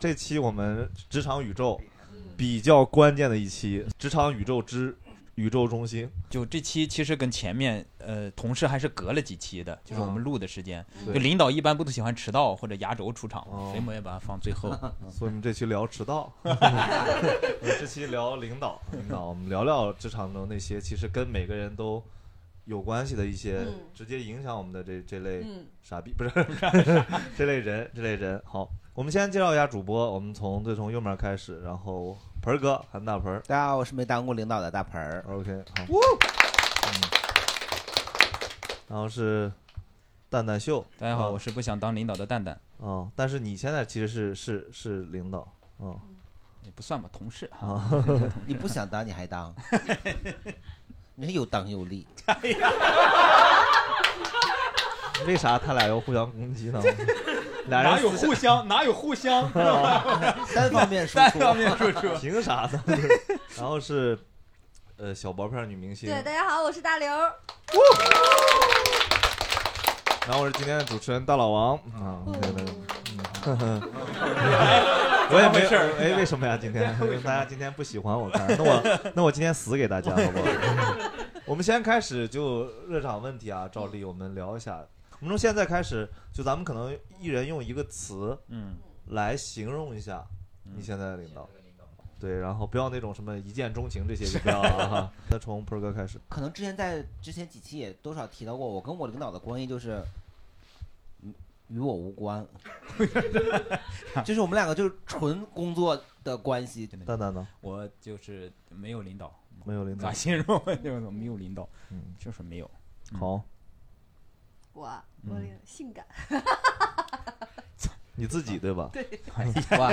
这期我们职场宇宙比较关键的一期，职场宇宙之宇宙中心。就这期其实跟前面呃同事还是隔了几期的，就是我们录的时间。嗯对就领导一般不都喜欢迟到或者压轴出场哦嘛，所以我们也把它放最后。 所以我们这期聊迟到，我呃们这期聊领导，领导，我们聊聊职场中那些其实跟每个人都有关系的一些、嗯直接影响我们的这这类嗯傻逼，不是 这类人，这类人。好，我们先介绍一下主播，我们从最从右面开始，然后盆儿哥，韩大盆儿大家好，我是没当过领导的大盆儿。 ，OK，好。嗯然后是蛋蛋秀，大家好，嗯我是不想当领导的蛋蛋，嗯，但是你现在其实是是是领导，嗯，也不算吧，同事 哈。啊，你不想当你还 当，你是有当有立。为啥他俩要互相攻 击呢？俩哪人哦有互相？哪有互 相？单方面输 单出，方面输出。凭啥 呢？然后是呃小薄片女明星，对，大家好，我是大刘。然后我是今天的主持人大老王嗯啊，对对对。 我也没事儿，哎，为什么呀？今 天 大家今天不喜欢我看，那我 那我今天死给大家好不 好？我们先开始就热场问题啊，照例我们聊一下。我们从现在开始，就咱们可能一人用一个词嗯，来形容一下你现在的领导。对，然后不要那种什么一见钟情这些就不要了哈。那从鹏哥开始，可能之前在之前几期也多少提到过，我跟我领导的关系就是与与我无 关，就是我们两个就是纯工作的关 系。蛋蛋呢？我就是没有领导，没有领导咋。形容？就是没有领导，嗯，就是没有。 好，我嗯我领性感，你自己对吧？哇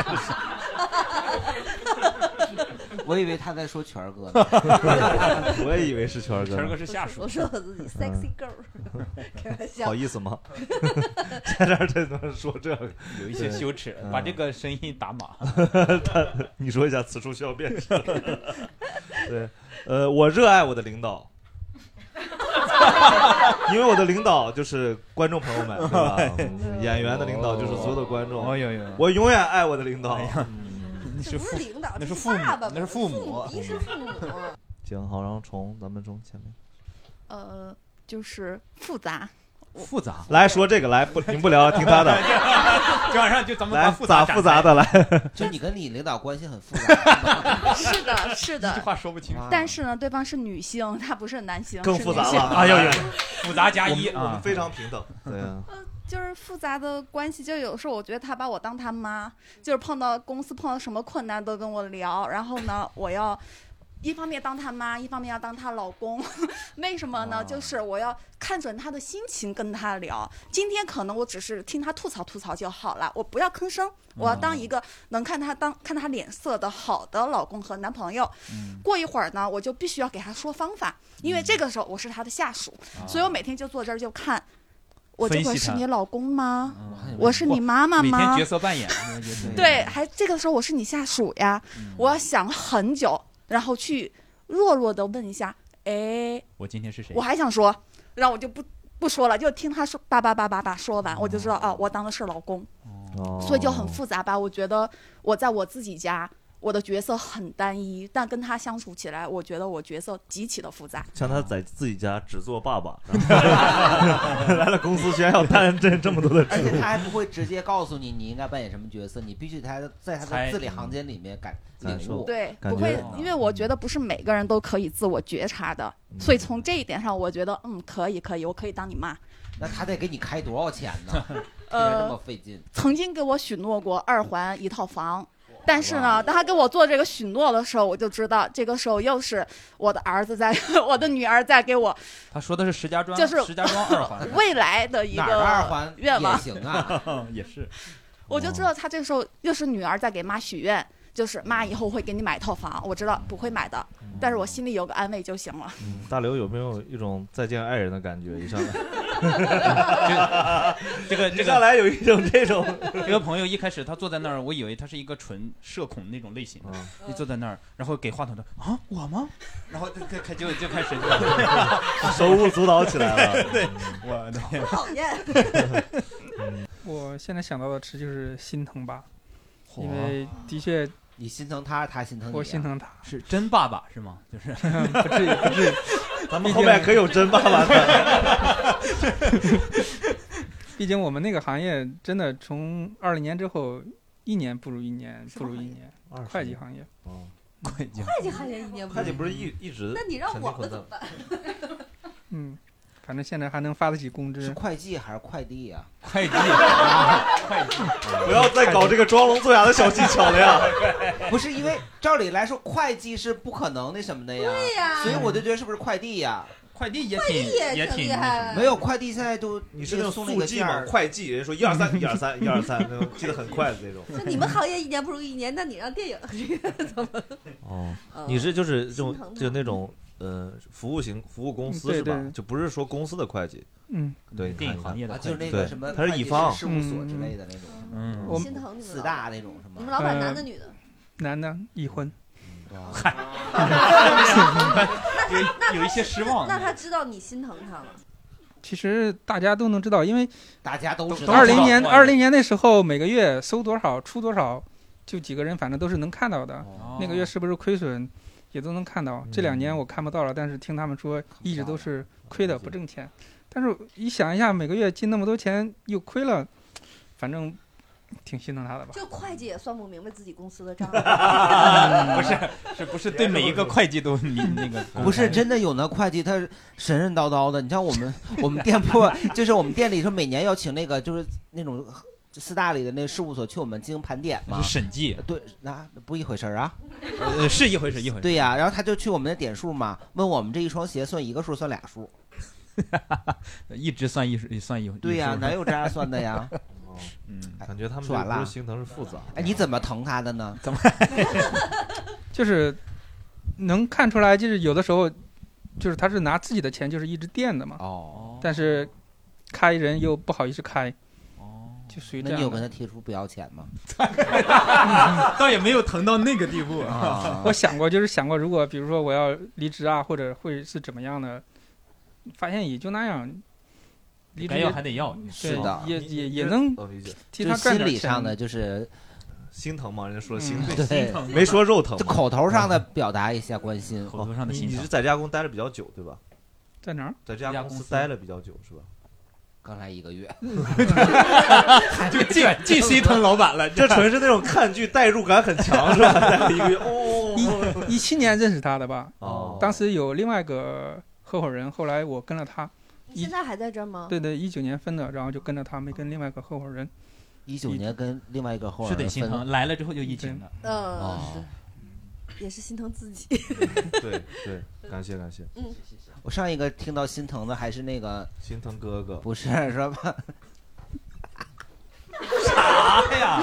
我以为他在说全儿哥呢， 我也以为是圈儿哥晨呢嗯哥，是下属我，说我自己 sexy girl，开 玩好笑。意思 吗？在这儿这能说这个？有一些对羞耻嗯，把这个声音 打码。你说一下，此处需要辩证。 对，呃，我热爱我的领导， 因为我的领导就是观众朋友们，对 吧？嗯演员的领导就是所有的观众，呦呦我永远爱我的领导。哎你这是不父是领导，嗯那是这父母呃爸爸嘛，那是父母一是父母，行，好，然后从咱们从前面呃，就是复杂。 复杂，来说这个，来不，您不聊，听他 的，今晚上就咱们来把咋展复杂开？的来？就你跟你领导关系很复杂。是的，是这的。话说不清楚，但是呢，对方是女性，她不是男性，更是复女杂性了。啊哎呦呦，复杂加我一们我们啊。非常平等。对啊 呀，就是复杂的关系。就有时候我觉得她把我当她妈，就是碰到公司碰到什么困难都跟我聊，然后呢，我要。一方面当她妈，一方面要当她老公， 为什么哇呢？就是我要看准她的心情跟她聊。今天可能我只是听她吐槽吐槽就好了，我不要吭声，我要当一个能看她当看她脸色的好的老公和男朋友。嗯过一会儿呢，我就必须要给他说方法，因为这个时候我是他的下属，啊所以我每天就坐这儿就看，我这分会析是他你老公吗？嗯我是你妈妈每天吗角？色扮演，每天角色扮演对，还这个时候我是你下属呀，嗯我要想很久，然后去弱弱的问一下，哎，我今天是谁我？还想说，然后我就不。不说了，就听他说叭叭叭叭叭说完，我就知哦道啊，我当的是老公，哦所以就很复杂吧。我觉得我在我自己家，我的角色很单一，但跟他相处起来，我觉得我角色极其的复杂。像他在自己家只做爸爸，然后 来了公司居然要担任这么多的而职且务他，还不会直接告诉你你应该扮演什么角色，你必须他在他猜的字里行间里面感感领受悟。对，感不觉会到，因为我觉得不是每个人都可以自我觉察的，所以从这一点上，我觉得嗯，可以，可以，我可以当你妈。那他得给你开多少钱呢？ 竟然这么呃，费劲，曾经给我许诺过二环一套房。但是呢，当他给我做这个许诺的时候，我就知道这个时候又是我的儿子在， 我的女儿在给我他说的是石家庄，就是 石家庄二环呃未来的一哪儿的二啊个环愿也望。行啊？ 也是我就知道他这时候又是女儿在给妈许愿，就是妈以后会给你买套房，我知道不会买的，但是我心里有个安慰就行了。嗯大刘有没有一种再见爱人的感觉？一 上来，这个一这上个来有一种这种， 这个朋友一开始他坐在那儿，我以为他是一个纯社恐那种类型，嗯一坐在那儿，然后给话筒的啊我吗？然后就开就 就开始手舞足蹈起来了。我的讨厌。我现在想到的词就是心疼吧，因为的确你心疼他，他心疼你啊。我心疼他，是真爸爸是吗？就是 不至于不至于， 咱们后面可有真爸爸的， 毕竟我们那个行业真的从二零年之后，一年不如一年，什不么如一行业年，会计行业。哦快讲，会计行业一年不会计如，不是一一直那你让肯定我会们怎的么办？嗯，反正现在还能发得起工是资，快递还是快递啊呀？ 快递，快递， 不要再搞这个装聋作哑的小技巧了呀！不是因为照理来说会计是不可能那什么的呀，对呀所以，我就觉得是不是快递呀？快递也挺也挺挺厉害没有快递现在都 你是那种送那个速记件吗？儿，会计，人家说一二三，一二三，一 二三，那种记得很快的那种。就你们行业一年不如一年，那你让电影这个怎么？哦，嗯你是就是这心疼种他就那种呃服务型服务公司嗯对是吧对？就不是说公司的会计，嗯，对，电影你看行业的啊，快就是递，那个对什么他是乙方事务所之类的那种，嗯，我心疼你们四老大那种是你们吗？老板呃男的女的？男的已婚，嗨，有有一些失 望。那他知道你心疼他吗？其实大家都能知道，因为大家都知道。二零年都知道二零年那时候每个月收多少出多少，就几个人反正都是能看到的，哦那个月是不是亏损也都能看嗯到。这两年我看不到了，但是听他们说一直都是亏的，不挣钱。嗯但是一想一下，每个月进那么多钱又亏了，反正挺心疼他的吧。就会计也算不明白自己公司的账，啊不 是，是不是对每一个会计都你那个 不是真的有那会计，他是神神叨叨的。你像我 们我们店铺，啊就是我们店里说每年要请那个就是那种就四大里的那事务所去我们进行盘点嘛是。审计，对，那、不一回事儿啊。呃，是一回事一回事。对呀、然后他就去我们的点数嘛，问我们这一双鞋算一个数算俩数。一直算一算一，对呀、一哪有这样算的 呀？哦嗯，感觉他们说完这个不了是心疼是复杂。哎，你怎么疼他的呢？就是能看出来，就是有的时候，就是他是拿自己的钱，就是一直垫的嘛。哦，但是开人又不好意思开，哦，就属于这那你有样跟的。他提出不要钱吗？ 倒也没有疼到那个地步啊。啊我想过，就是想过，如果比如说我要离职啊，或者会是怎么样的，发现也就那样。离职该要也还得要，是对的也你也你也这能能理解，替就他是赚心点理钱上的，就是心疼嘛，人家说心疼，嗯对心疼没说肉疼就嘛。口头上的表达一下关心。哦口头上的你心你疼是。在这家公司待的比较久对吧？在哪儿？在这家这家公司待了比较久是吧？刚来一个 月， 就尽尽心疼老板了，这纯是那种 看剧代入感很强是吧？待了一个月哦一七年认识他的吧，哦，当时有另外一个合伙人，后来我跟了他，你现在还在这儿吗？对对，一九年分的，然后就跟着他，没跟另外一个合伙人。一九年跟另外一个合伙是人得心分疼。来了之后就疫情了，嗯哦，是，也是心疼自己。嗯对对，感谢感谢，我上一个听到心疼的还是那个，心疼哥哥。不是说吧？哎呀，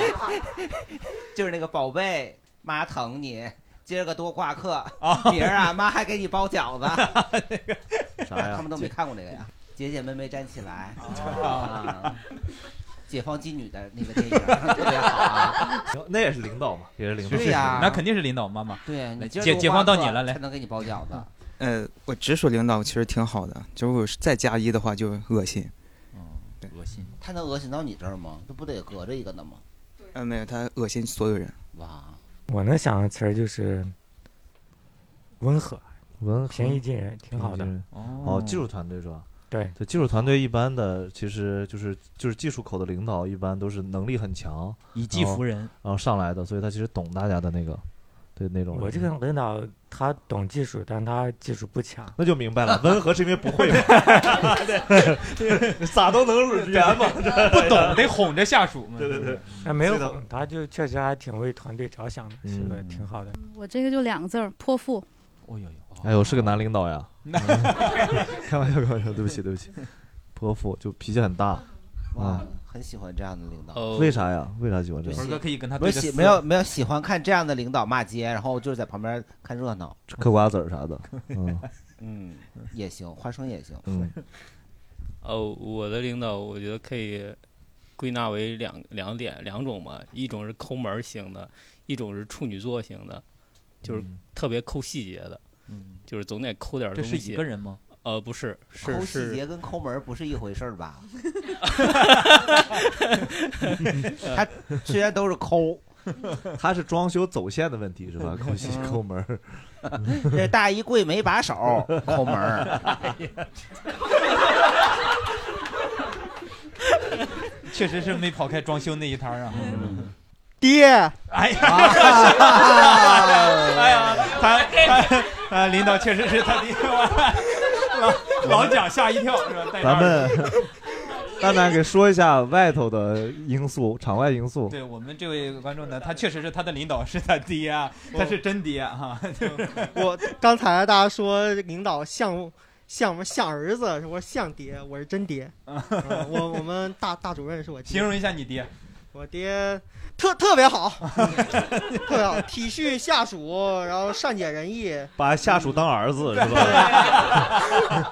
就是那个宝贝，妈疼你，今儿个多挂课，哦明儿啊妈还给你包饺子。 啥呀他们都没看过这个呀，姐姐妹妹站起来。哦啊解放妓女的那个电影特别好啊！ 行那也是领导嘛，也是领导。对呀，那肯定是领导妈妈。对，你来今儿解多解放挂到你课了来才能给你包饺子。呃，我直属领导其实挺好的，就是再加一的话就恶心。对恶心，他能恶心到你这儿吗？这不得隔着一个呢吗？呃，没有，他恶心所有人。哇，我能想的词儿就是温和、文平易近人，哎挺好的。。哦，技术团队是吧？对，对，技术团队一般的其实就是就是技术口的领导，一般都是能力很强，以技服人，然后上来的，所以他其实懂大家的那个，对那种。我这个领导他懂技术，但他技术不强。那就明白 了，温和是因为不会嘛， 咋都能圆嘛。 不懂得哄着下属嘛。对对对，那没对的有哄他，就确实还挺为团队着想的，是个嗯挺好的。我这个就两个字儿泼妇。哦呦呦，哎呦，是个男领导 呀！开玩笑，开玩笑，对不起，对不起，泼妇就脾气很大。哇，很喜欢这样的领导。哦为啥呀为啥喜欢这样就文哥可以跟他不对是个喜撕没有没有喜欢看这样的领导骂街，然后就是在旁边看热闹。嗑瓜子儿啥的，嗯嗯，也行，花生也行。嗯，哦，我的领导我觉得可以归纳为两两点两种吧，一种是抠门儿型的，一种是处女座型的，就是特别抠细节的，就是总得抠点儿嗯这东是西。一个人吗？呃，不是，是抠细节是，跟抠门儿不是一回事儿 吧？他呃他虽然都是 抠，他是装修走线的问题是吧？嗯抠西抠门儿， 这大衣柜没把手， 抠门儿。确实是没跑开装修那一摊儿啊。嗯爹，哎呀，啊哎呀，他他啊，领导确实是他爹，老老蒋吓一跳是吧？带咱着 们蛋蛋给说一下外头的因素，场外因素。 对我们这位观众呢，他确实是他的领导是他爹啊，他是真爹啊 哈、就是我刚才大家说领导像像像儿子，我说像爹，我是真 爹。嗯我我们大大主任是我爹形容一下你爹，我爹特特别好，特别好，体恤下属，然后善解人意。把下属当儿子是吧？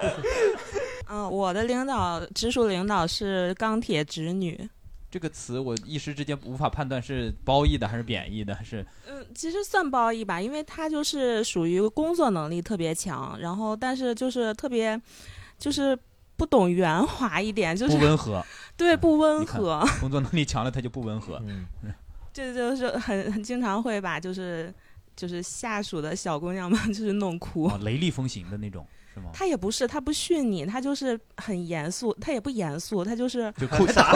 嗯，我的领导直属领导是钢铁直女，这个词我一时之间无法判断是褒义的还是贬义的，是嗯，其实算褒义吧，因为她就是属于工作能力特别强，然后但是就是特别，就是不懂圆滑一点，就是不温，和。对，不温你看和，工作能力强了他就不温和。这就是很很经常会把就是就是下属的小姑娘们就是弄哭。哦，雷厉风行的那种是吗？她也不是，她不训你，她就是很严肃，她也不严肃，她就是就扣啥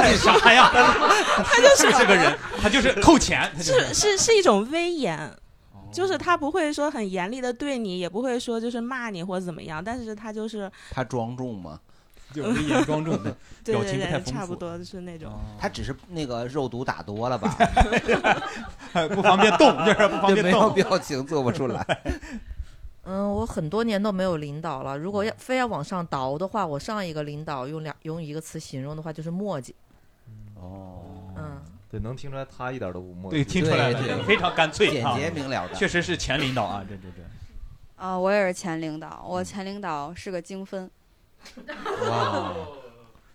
啥呀？他就是这个人，他就是扣钱， 他就是是是一种威严，哦就是他不会说很严厉的对你，也不会说就是骂你或怎么样，但是他就是他庄重吗？ 就威严 庄重的，对对对，差不多就是那种。他只是那个肉毒打多了吧 不方便动就是不方便动没有表情做不出 来。嗯，我很多年都没有领导了。如果要非要往上倒的话，我上一个领导用两用一个词形容的话，就是磨叽。哦，嗯，对，能听出来他一点都不墨迹，对，听出来了，非常干脆，啊确实实是前领导啊，这这这，啊、我也是前领导，我前领导是个精分，哇，哦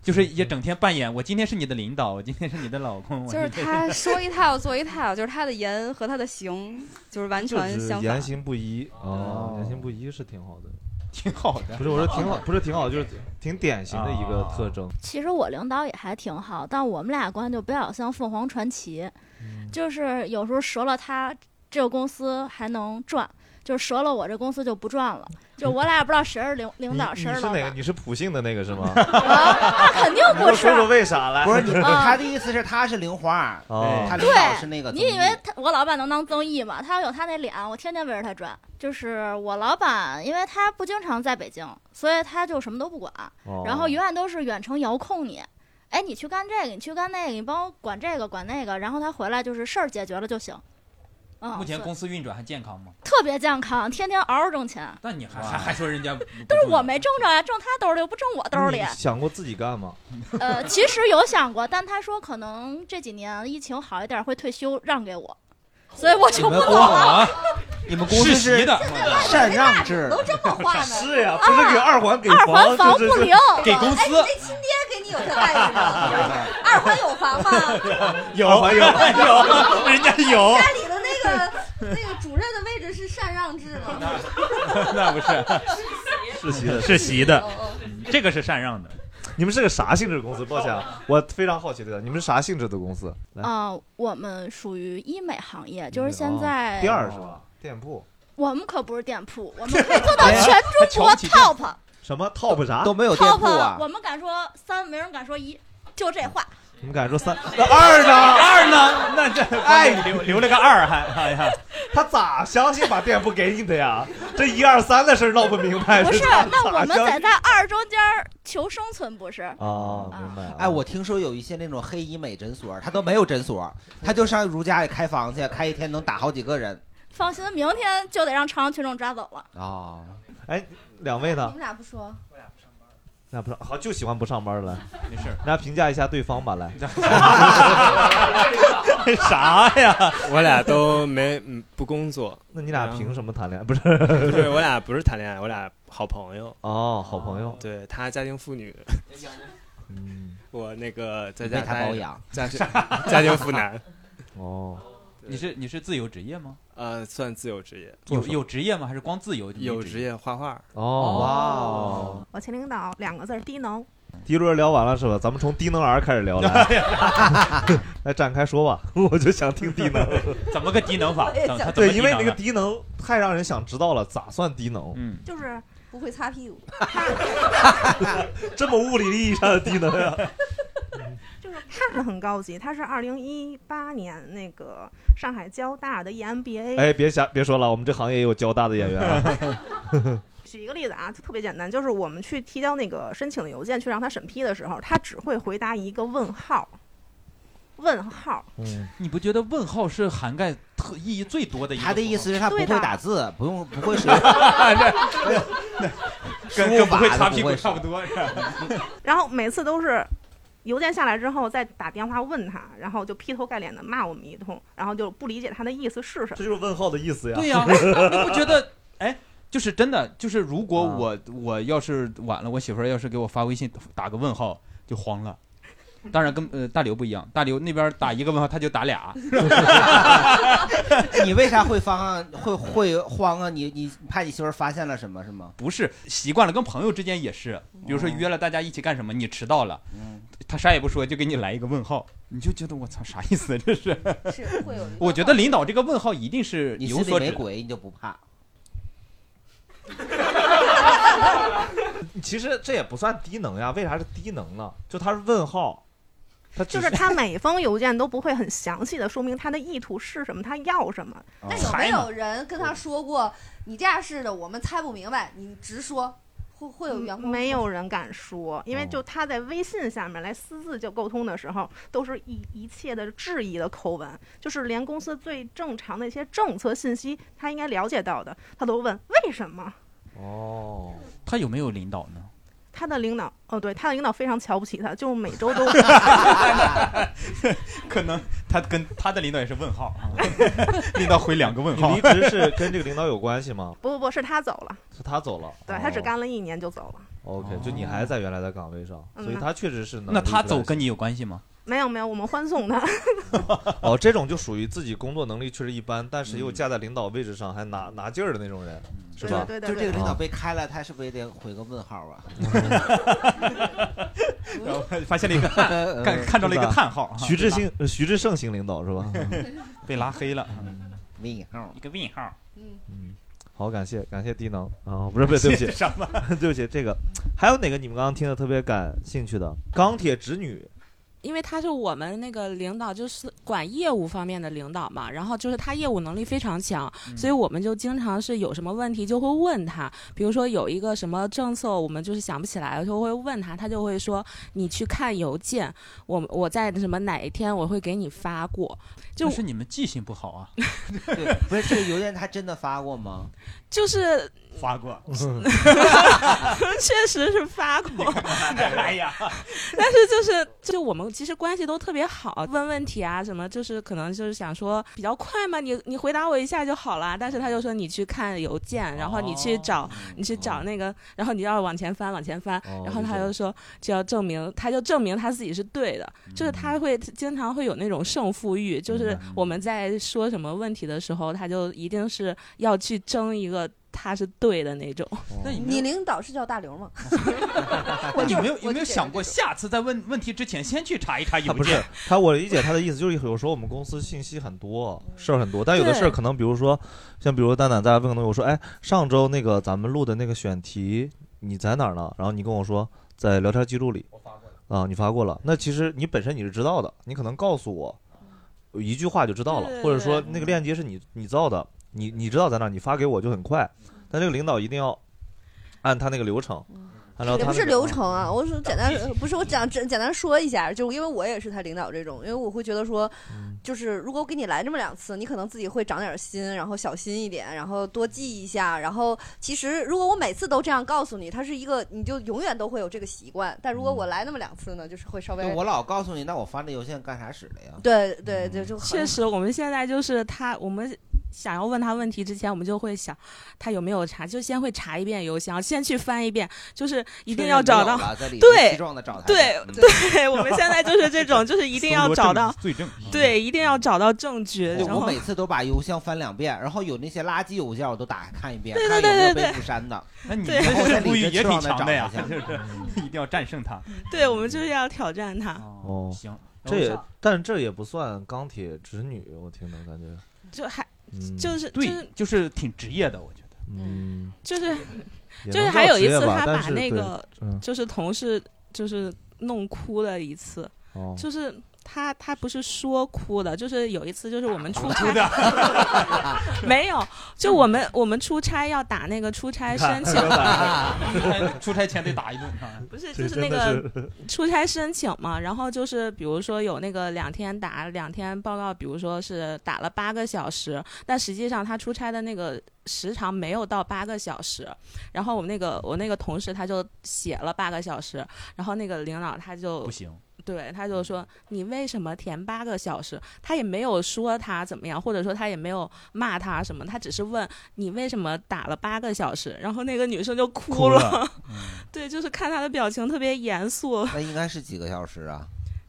就是也整天扮演我今天是你的领导，我今天是你的老公，我就是今天他说一套做一套，就是他的言和他的行就是完全就是相言反。行不一哦，言行不一是挺好的，挺好的不是我说挺好，不是挺 好，就是挺典型的一个特征。其实我领导也还挺好，但我们俩关系就比较像凤凰传奇，就是有时候折了他，这个公司还能转；就折了我，这公司就不转嗯了。就我俩也不知道谁是领领导，你谁你是老哪板啊个？。你是普信的那个是 吗？那肯定你给不 我是啊说。说为啥来？不是你，嗯啊他的意思是他是玲花，哦他领导是那个对，综你艺。以为他我老板能当综艺吗？他要有他那脸，我天天围着他转。就是我老板，因为他不经常在北京，所以他就什么都不管，哦然后永远都是远程遥控你。哎，你去干这个，你去干那个，你帮我管这个管那个，然后他回来就是事儿解决了就行。嗯，目所前以公司运转还健康吗？特别健康，天天嗷嗷挣钱。但 你还还还说人家不但是我没挣着呀，挣他兜里又不挣我 兜里你。想过自己干吗？呃，其实有想过，但他说可能这几年疫情好一点会退休让给我，所以我就不走 了。你们公司世袭是的禅让制，都这么话呢？是啊呀，不啊是给 二 环给二环房这这不这灵，哎，你那亲爹给你有这待遇 吗？二环有房吗？有有有，人家有 家里的那个那个主任的位置是禅让制 吗？那不是世袭的，世袭的哦哦这个是禅让的。你们是个啥性质的公司？抱歉哦啊，我非常好奇这个，你们是啥性质的公司？来，嗯、我们属于医美行业，就是现哦在、店儿是吧？店铺我们可不是店铺，我们可以做到全中国 top 什么 top 啥都没有店 top，、铺啊？我们敢说三，没人敢说一，就这话。你们敢说三？那二呢？二呢？那这哎，留留了个二还哎 呀，他咋啊相信把店铺给你的呀？这一二三的事儿闹不明白。不是，他那我们哎咋相得信在二中间儿求生存，不是？哦，明白了。哎，我听说有一些那种黑医美诊所，他都没有诊所，他就上如家里开房去，开一天能打好几个 人放心，明天就得让朝阳群众抓走了。啊。哎，两位你呢 们？俩不说，那不上好就喜欢不上班的来，没事儿大家评价一下对方吧， 来。啥呀？ 我俩都没嗯不工作。那你俩凭什么谈恋爱？不是，不是我俩不是谈恋爱，我俩好朋友。 哦，好朋友。对她家庭妇女， 我那个在你被家她待包着养家是家庭妇男。哦，你是你是自由职业吗？呃，算自由职业。有有职业吗？还是光自由？有职业画画。哦，哇哦。我前领导两个字儿低能，第一轮聊完了是吧？咱们从低能儿开始聊 来，来展开说吧。我就想听低能，怎么个低能 法？哎怎么他怎么对，因为低能那个呢低能太让人想知道了，咋算低能？嗯，就是不会擦屁股， 这么物理意义上的低能呀、 就是看着很高级。他是二零一八年那个上海交大的 E EMBA。哎，别瞎别说了，我们这行业也有交大的演员啊。举一个例子啊，特别简单，就是我们去提交那个申请的邮件去让他审批的时候，他只会回答一个问号，问号。嗯，你不觉得问号是涵盖特意义最多的一个符他号？的意思是他不会打字，不用不会是识，跟输入跟不法会都擦屁股会差识不多是 然后每次都是邮件下来之后再打电话问他，然后就劈头盖脸的骂我们一通，然后就不理解他的意思是什 么。这就是问号的意思呀对呀、你不觉得？哎，就是真的，就是如果我、我要是晚了，我媳妇儿要是给我发微信打个问号，就慌了。当然跟呃大刘不一样，大刘那边打一个问号他就 打俩，你为啥会慌啊？会会慌啊？你你怕你媳妇儿发现了什么是吗？不是习惯了，跟朋友之间也是，比哦如说约了大家一起干什么，你迟到了，嗯他啥也不说，就给你来一个问号，你就觉得我操啥意思这是？是会有一个我觉 得领导这个问号一定是你有心里所没指。鬼，你就不怕？ 其实这也不算低能呀，为啥是低能呢？就他是问号，他只就 是他每封邮件都不会很详细的说明他的意图是什么，他要什么。那有没有人跟他说过你这样式的，我们猜不明白，你直说，会会有员工嗯没有人敢说，因哦为就他在微信下面来私自就沟通的时候，都是一一切的质疑的口吻，就是连公司最正常的一些政策信息，他应该了解到的，他都问为什么。哦，他有没有领导呢？他的领导，哦，对，他的领导非常瞧不起他，就是每 周都可能他跟他的领导也是问号，啊领导回两个问你号。离职是跟这个领导有关系吗？不不不是他走了，是他走了，对他只哦干了一年就走了， OK，就你还在原来的岗位上，嗯所以他确实是能那他力不太走跟你有关系吗？没有没有，我们欢送他。 哦，这种就属于自己工作能力确实一般，但嗯是又架在领导位置上还拿拿劲儿的那种人，是吧？就这个领导啊被开了，他是不是也得回个问号啊？ 然后 发现了 一 个叹看看到了一个叹号，嗯徐志兴，呃徐志胜型领导是 吧？ 被拉黑了，嗯问号一个问号。好，感谢感谢低能啊，不是不是，对不起，谢什么 对不起，这个还有哪个你们刚刚听的特别感兴趣的？钢铁直女，因为他是我们那个领导，就是管业务方面的领导嘛，然后就是他业务能力非常强，嗯所以我们就经常是有什么问题就会问他，比如说有一个什么政策，我们就是想不起来，就会问他，他就会说你去看邮件，我我在什么哪一天我会给你发过，就那是你们记性不好啊， 对，不是这个邮件他真的发过吗？就是发过， 确实是发过。哎呀， 但是就是就我们其实关系都特别好，问问题啊什么，就是可能就是想说比较快嘛，你你回答我一下就好啦。但是他就说你去看邮件，然后你去找、你去找那个，然后你要往前翻往前翻，哦然后他就说就要证明，他就证明他自己是对的，就是他会经常会有那种胜负欲，就是我们在说什么问题的时候，他就一定是要去争一个他是对的那种。你领导是叫大刘吗？我有没有有没有想过下次在问问题之前先去查一查他邮不是件？他，我理解他的意思就是有时候我们公司信息很多，事儿很多，但有的对事儿可能比如说，像比如蛋蛋大家问个东西，我说哎，上周那个咱们录的那个选题你在哪儿呢？然后你跟我说在聊天记录里，啊，你发过了，那其实你本身你是知道的，你可能告诉我我一句话就知道了对，对或者说对那个链接是你你造的，你你知道在哪儿，你发给我就很快，但这个领导一定要按他那个流程。按照嗯也他不那是个流啊程啊，我是简单，不是我讲简简单说一下，就因为我也是他领导这种，因为我会觉得说，就是如果我给你来这么两次，你可能自己会长点心，然后小心一点，然后多记一下，然后其实如果我每次都这样告诉你，它是一个你就永远都会有这个习惯，但如果我来那么两次呢，就是会稍 微对我老告诉你，那我发这邮件干啥使的呀？对对对，就很确实，我们现在就是他，我们想要问他问题之前，我们就会想他有没有查，就先会查一遍邮箱，先去翻一遍，就是一定要找到确认没有了在 里面对西装的找他对嗯对，我们现在就是这种，就是一定要找到搜罗证据罪证嗯对，一定要找到证据，然我后我每次都把邮箱翻两遍，然后有那些垃圾邮件我都打开看一遍，对看对有没有对被对不删的。那你然后这再部理率直也气挺壮的强找的呀一下，就是一定要战胜它。对，我们就是要挑战他。哦，行，这然也后上，但这也不算钢铁直女，我听着感觉，就还嗯就是就对是，就是挺职业的，我觉得。嗯，就是也就是能还叫有一职业次，吧他但把是那对个嗯就是同事就是弄哭了一次哦，就是他他不是说哭的，就是有一次就是我们出哭的差， 没有，就我们我们出差要打那个出差申请， 出差出差前得打一 顿啊。不是就是那个出差申请嘛，然后就是比如说有那个两天打两天报告，比如说是打了八个小时，但实际上他出差的那个时长没有到八个小时。然后我们那个我那个同事他就写了八个小时，然后那个领导他就不行。对，他就说你为什么填八个小时？他也没有说他怎么样，或者说他也没有骂他什么，他只是问你为什么打了八个小时。然后那个女生就哭哭了 对，就是看他的表情特别严肃，那应该是几个小时啊？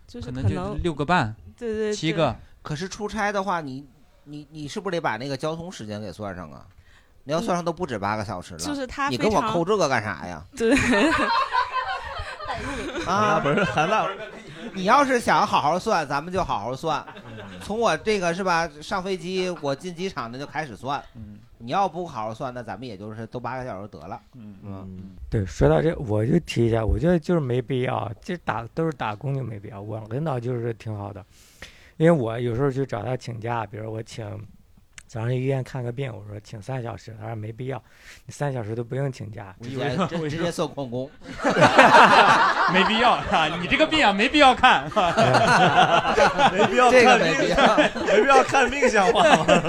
就是可可能能就六个半对对七个。可是出差的话，你你你是不是得把那个交通时间给算上啊？你要算上都不止八个小时了，就是他你非跟我常抠这个干啥呀？对 啊，不是韩大，你要是想好好算，咱们就好好算。嗯从我这个是吧，上飞机我进机场那就开始算。嗯你要不好好算，那咱们也就是都八个小时得了。嗯，对，说到这，我就提一下，我觉得就是没必要，就是打都是打工就没必要。我领导就是挺好的，因为我有时候去找他请假，比如我请早上医院看个病，我说请三小时，他说没必要，你三小时都不用请假，直接直直接算旷工。没必要是吧？你这个病啊，没必要看，啊没必要这个看没必病要，没必要看病像话 吗？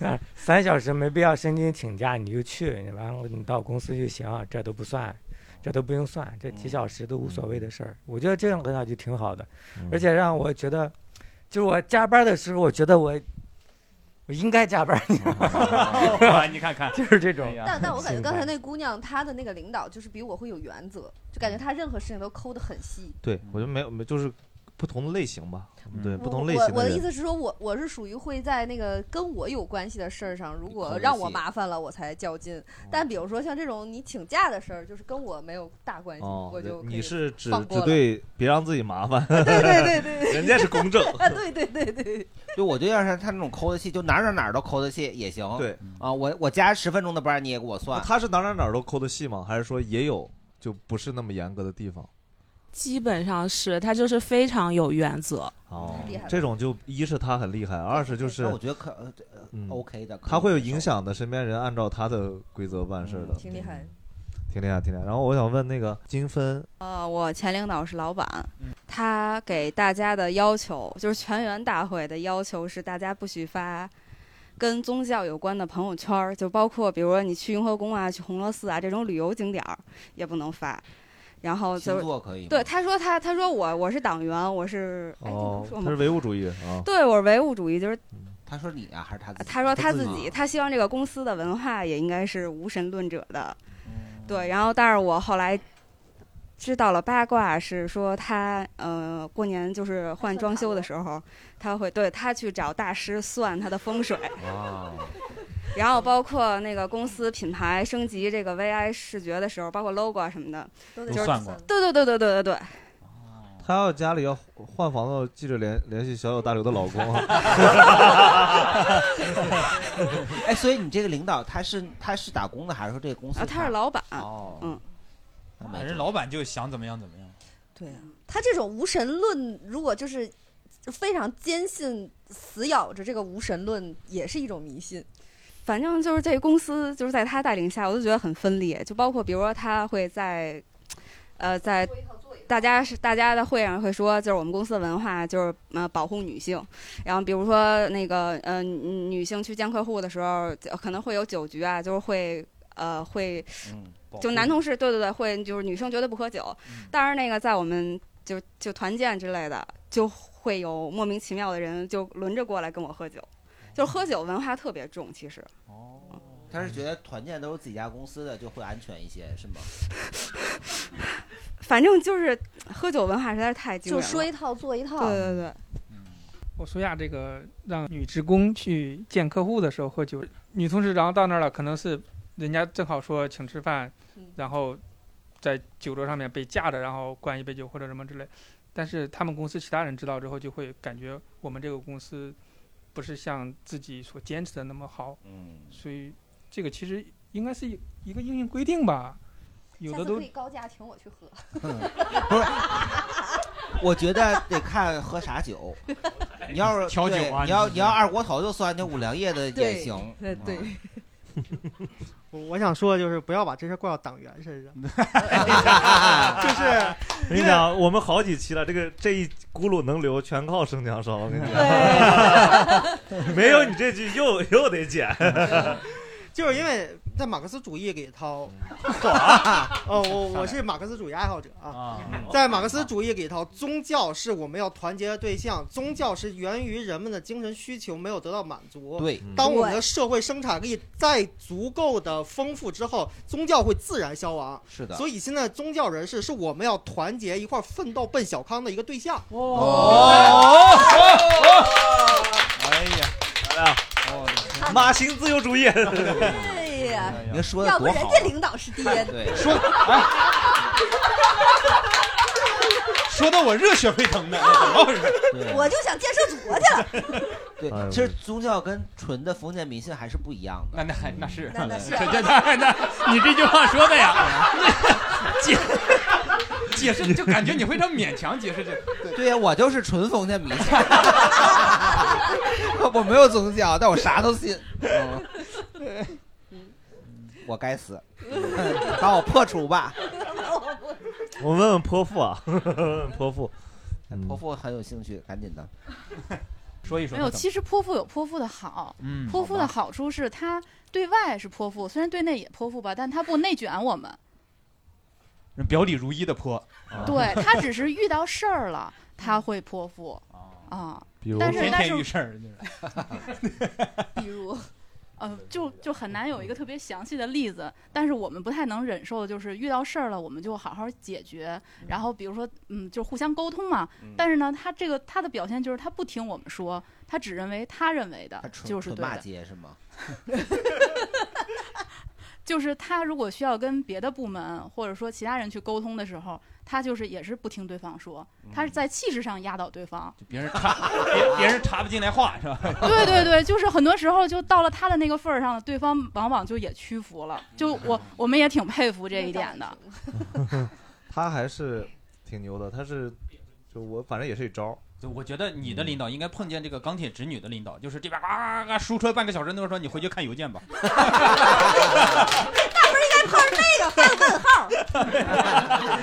啊，三小时没必要申请请假，你就去，你完了你到公司就行，这都不算，这都不用算，这几小时都无所谓的事儿。我觉得这样领导就挺好的，而且让我觉得，就是我加班的时候，我觉得我我应该加班，你知道吗 你看哎看，就是这种。但但我感觉刚才心态那姑娘，她的那个领导就是比我会有原则，就嗯感觉她任何事情都抠得很细。对，我觉得没有，没就是不同的类型吧，嗯对，嗯不我同类型我我的人意思是说，我我是属于会在那个跟我有关系的事儿上，如抠果得让我细麻烦了，我才较哦劲。但比如说像这种你请假的事儿，就是跟我没有大关系，哦我，就可以你是只放过只了对别让自己麻烦， 对对对对对人家是公 正， 啊，对对对对，就我就要是他那种抠的细，就哪儿哪儿哪儿都抠的细也行。对啊，我我加十分钟的班你也给我算。他是哪哪哪儿都抠的细吗？还是说也有就不是那么严格的地方？基本上是他就是非常有原则。哦厉害了这种就一是他很厉害，二是就是那我觉得可呃嗯 OK 的，可以他会影响的身边人按照他的规则办事的，挺厉害嗯，挺厉害，挺厉害。然后我想问那个金分，呃，我前领导是老板，嗯他给大家的要求就是全员大会的要求是大家不许发跟宗教有关的朋友圈儿，就包括比如说你去雍和宫啊、去红螺寺啊这种旅游景点儿也不能发。然后星就座可以吗对他说他他说我我是党员，我是哎这哦能，说他吗是唯物主义啊，对我是唯物主义，就是他说你啊还是他自己？他说他自己，啊他希望这个公司的文化也应该是无神论者的，对。然后，但是我后来知道了八卦是说他呃过年就是换装修的时候，他会对他去找大师算他的风水，哇，然后包括那个公司品牌升级这个 VI 视觉的时候，包括 logo 啊什么的，都得就是算过对对对对对对对。嗯他要家里要换房子，记着联联系小友大刘的老公啊。 哎，所以你这个领导他是他是打工的，还是说这个公司？啊他是老板哦，嗯，反正老板就想怎么样怎么样。对啊，他这种无神论，如果就是就非常坚信、死咬着这个无神论，也是一种迷信。反正就是这公司就是在他带领下，我就觉得很分裂，就包括比如说他会在，呃，在大家是大家的会上会说，就是我们公司的文化就是呃保护女性，然后比如说那个呃女女性去见客户的时候，呃可能会有酒局啊，就是会呃会嗯就男同事对对对会就是女生绝对不喝酒，嗯但是那个在我们就就团建之类的，就会有莫名其妙的人就轮着过来跟我喝哦酒，就是喝酒文化特别重，其实。他是觉得团建都是自己家公司的就会安全一些，是吗？反正就是喝酒文化实在是太惊就人了，说一套做一套。对对对，我说一下这个让女职工去见客户的时候喝酒，女同事然后到那儿了，可能是人家正好说请吃饭，嗯然后在酒桌上面被架着，然后灌一杯酒或者什么之类。但是他们公司其他人知道之后，就会感觉我们这个公司不是像自己所坚持的那么好，嗯，所以这个其实应该是一一个硬性规定吧。有下的次都 可以高价请我去喝。 不是，我觉得得看喝啥酒。你要是调酒对啊你要你你要二锅头就算，那五粮液的也对行。对对嗯我我想说的就是不要把这事儿怪到党员身 上，就因是我为跟你讲，我们好几期了，这个这一轱辘能留，全靠生姜烧。我跟你讲， 没有你这句又又得剪。就是因为在马克思主义里头，哦，我我是马克思主义爱好者啊，哦在马克思主义里头，宗教是我们要团结的对象，宗教是源于人们的精神需求没有得到满足。对当我们的社会生产力再足够的丰富之后，宗教会自然消亡。是的所以现在宗教人士是我们要团结一块儿奋斗奔小康的一个对象。哦哦哎呀，哎呀，马行自由主义。对呀，您说的要不多人好啊家。领导是爹。对，说哎说的我热血沸腾的，主要是对 我就想建设祖国去了。对，其实宗教跟纯的封建迷信还是不一样的。那那那是那那 是这这那那，你这句话说的呀， 解解释就感觉你非常勉强解释这，对呀，我就是纯封建迷信， 我没有宗教，但我啥都信。嗯我该死， 把我破除 吧。我问问泼妇啊， 泼妇，嗯泼妇很有兴趣，赶紧的。说一没有，其实泼妇有泼妇的好，嗯泼妇的好处是它对外是泼妇，虽然对内也泼妇吧，但它不内卷 我们，人表里如一的泼，啊对，它只是遇到事儿了，它会泼妇哦啊比如。但是天但天遇是事儿就是比 如，呃，就就很难嗯有一个特别详细的例子。但是我们不太能忍受的就是遇到事儿了，我们就好好解决。然后比如说，嗯，就互相沟通嘛。嗯但是呢，他这个他的表现就是他不听我们说，他只认为他认为的纯就是纯对骂的。街是吗？就是他如果需要跟别的部门或者说其他人去沟通的时候，他就是也是不听对方说，他嗯是在气势上压倒对方。别人插别别人插不进来话是吧？ 对对对，就是很多时候就到了他的那个份儿上了，对方往往就也屈服了。就嗯我我们也挺佩服这一点的。 他还是挺牛的，他是就我反正也是一招儿。就我觉得你的领导应该碰见这个钢铁直女的领导，就是这边啊啊输出了半个小时，那边说你回去看邮件吧。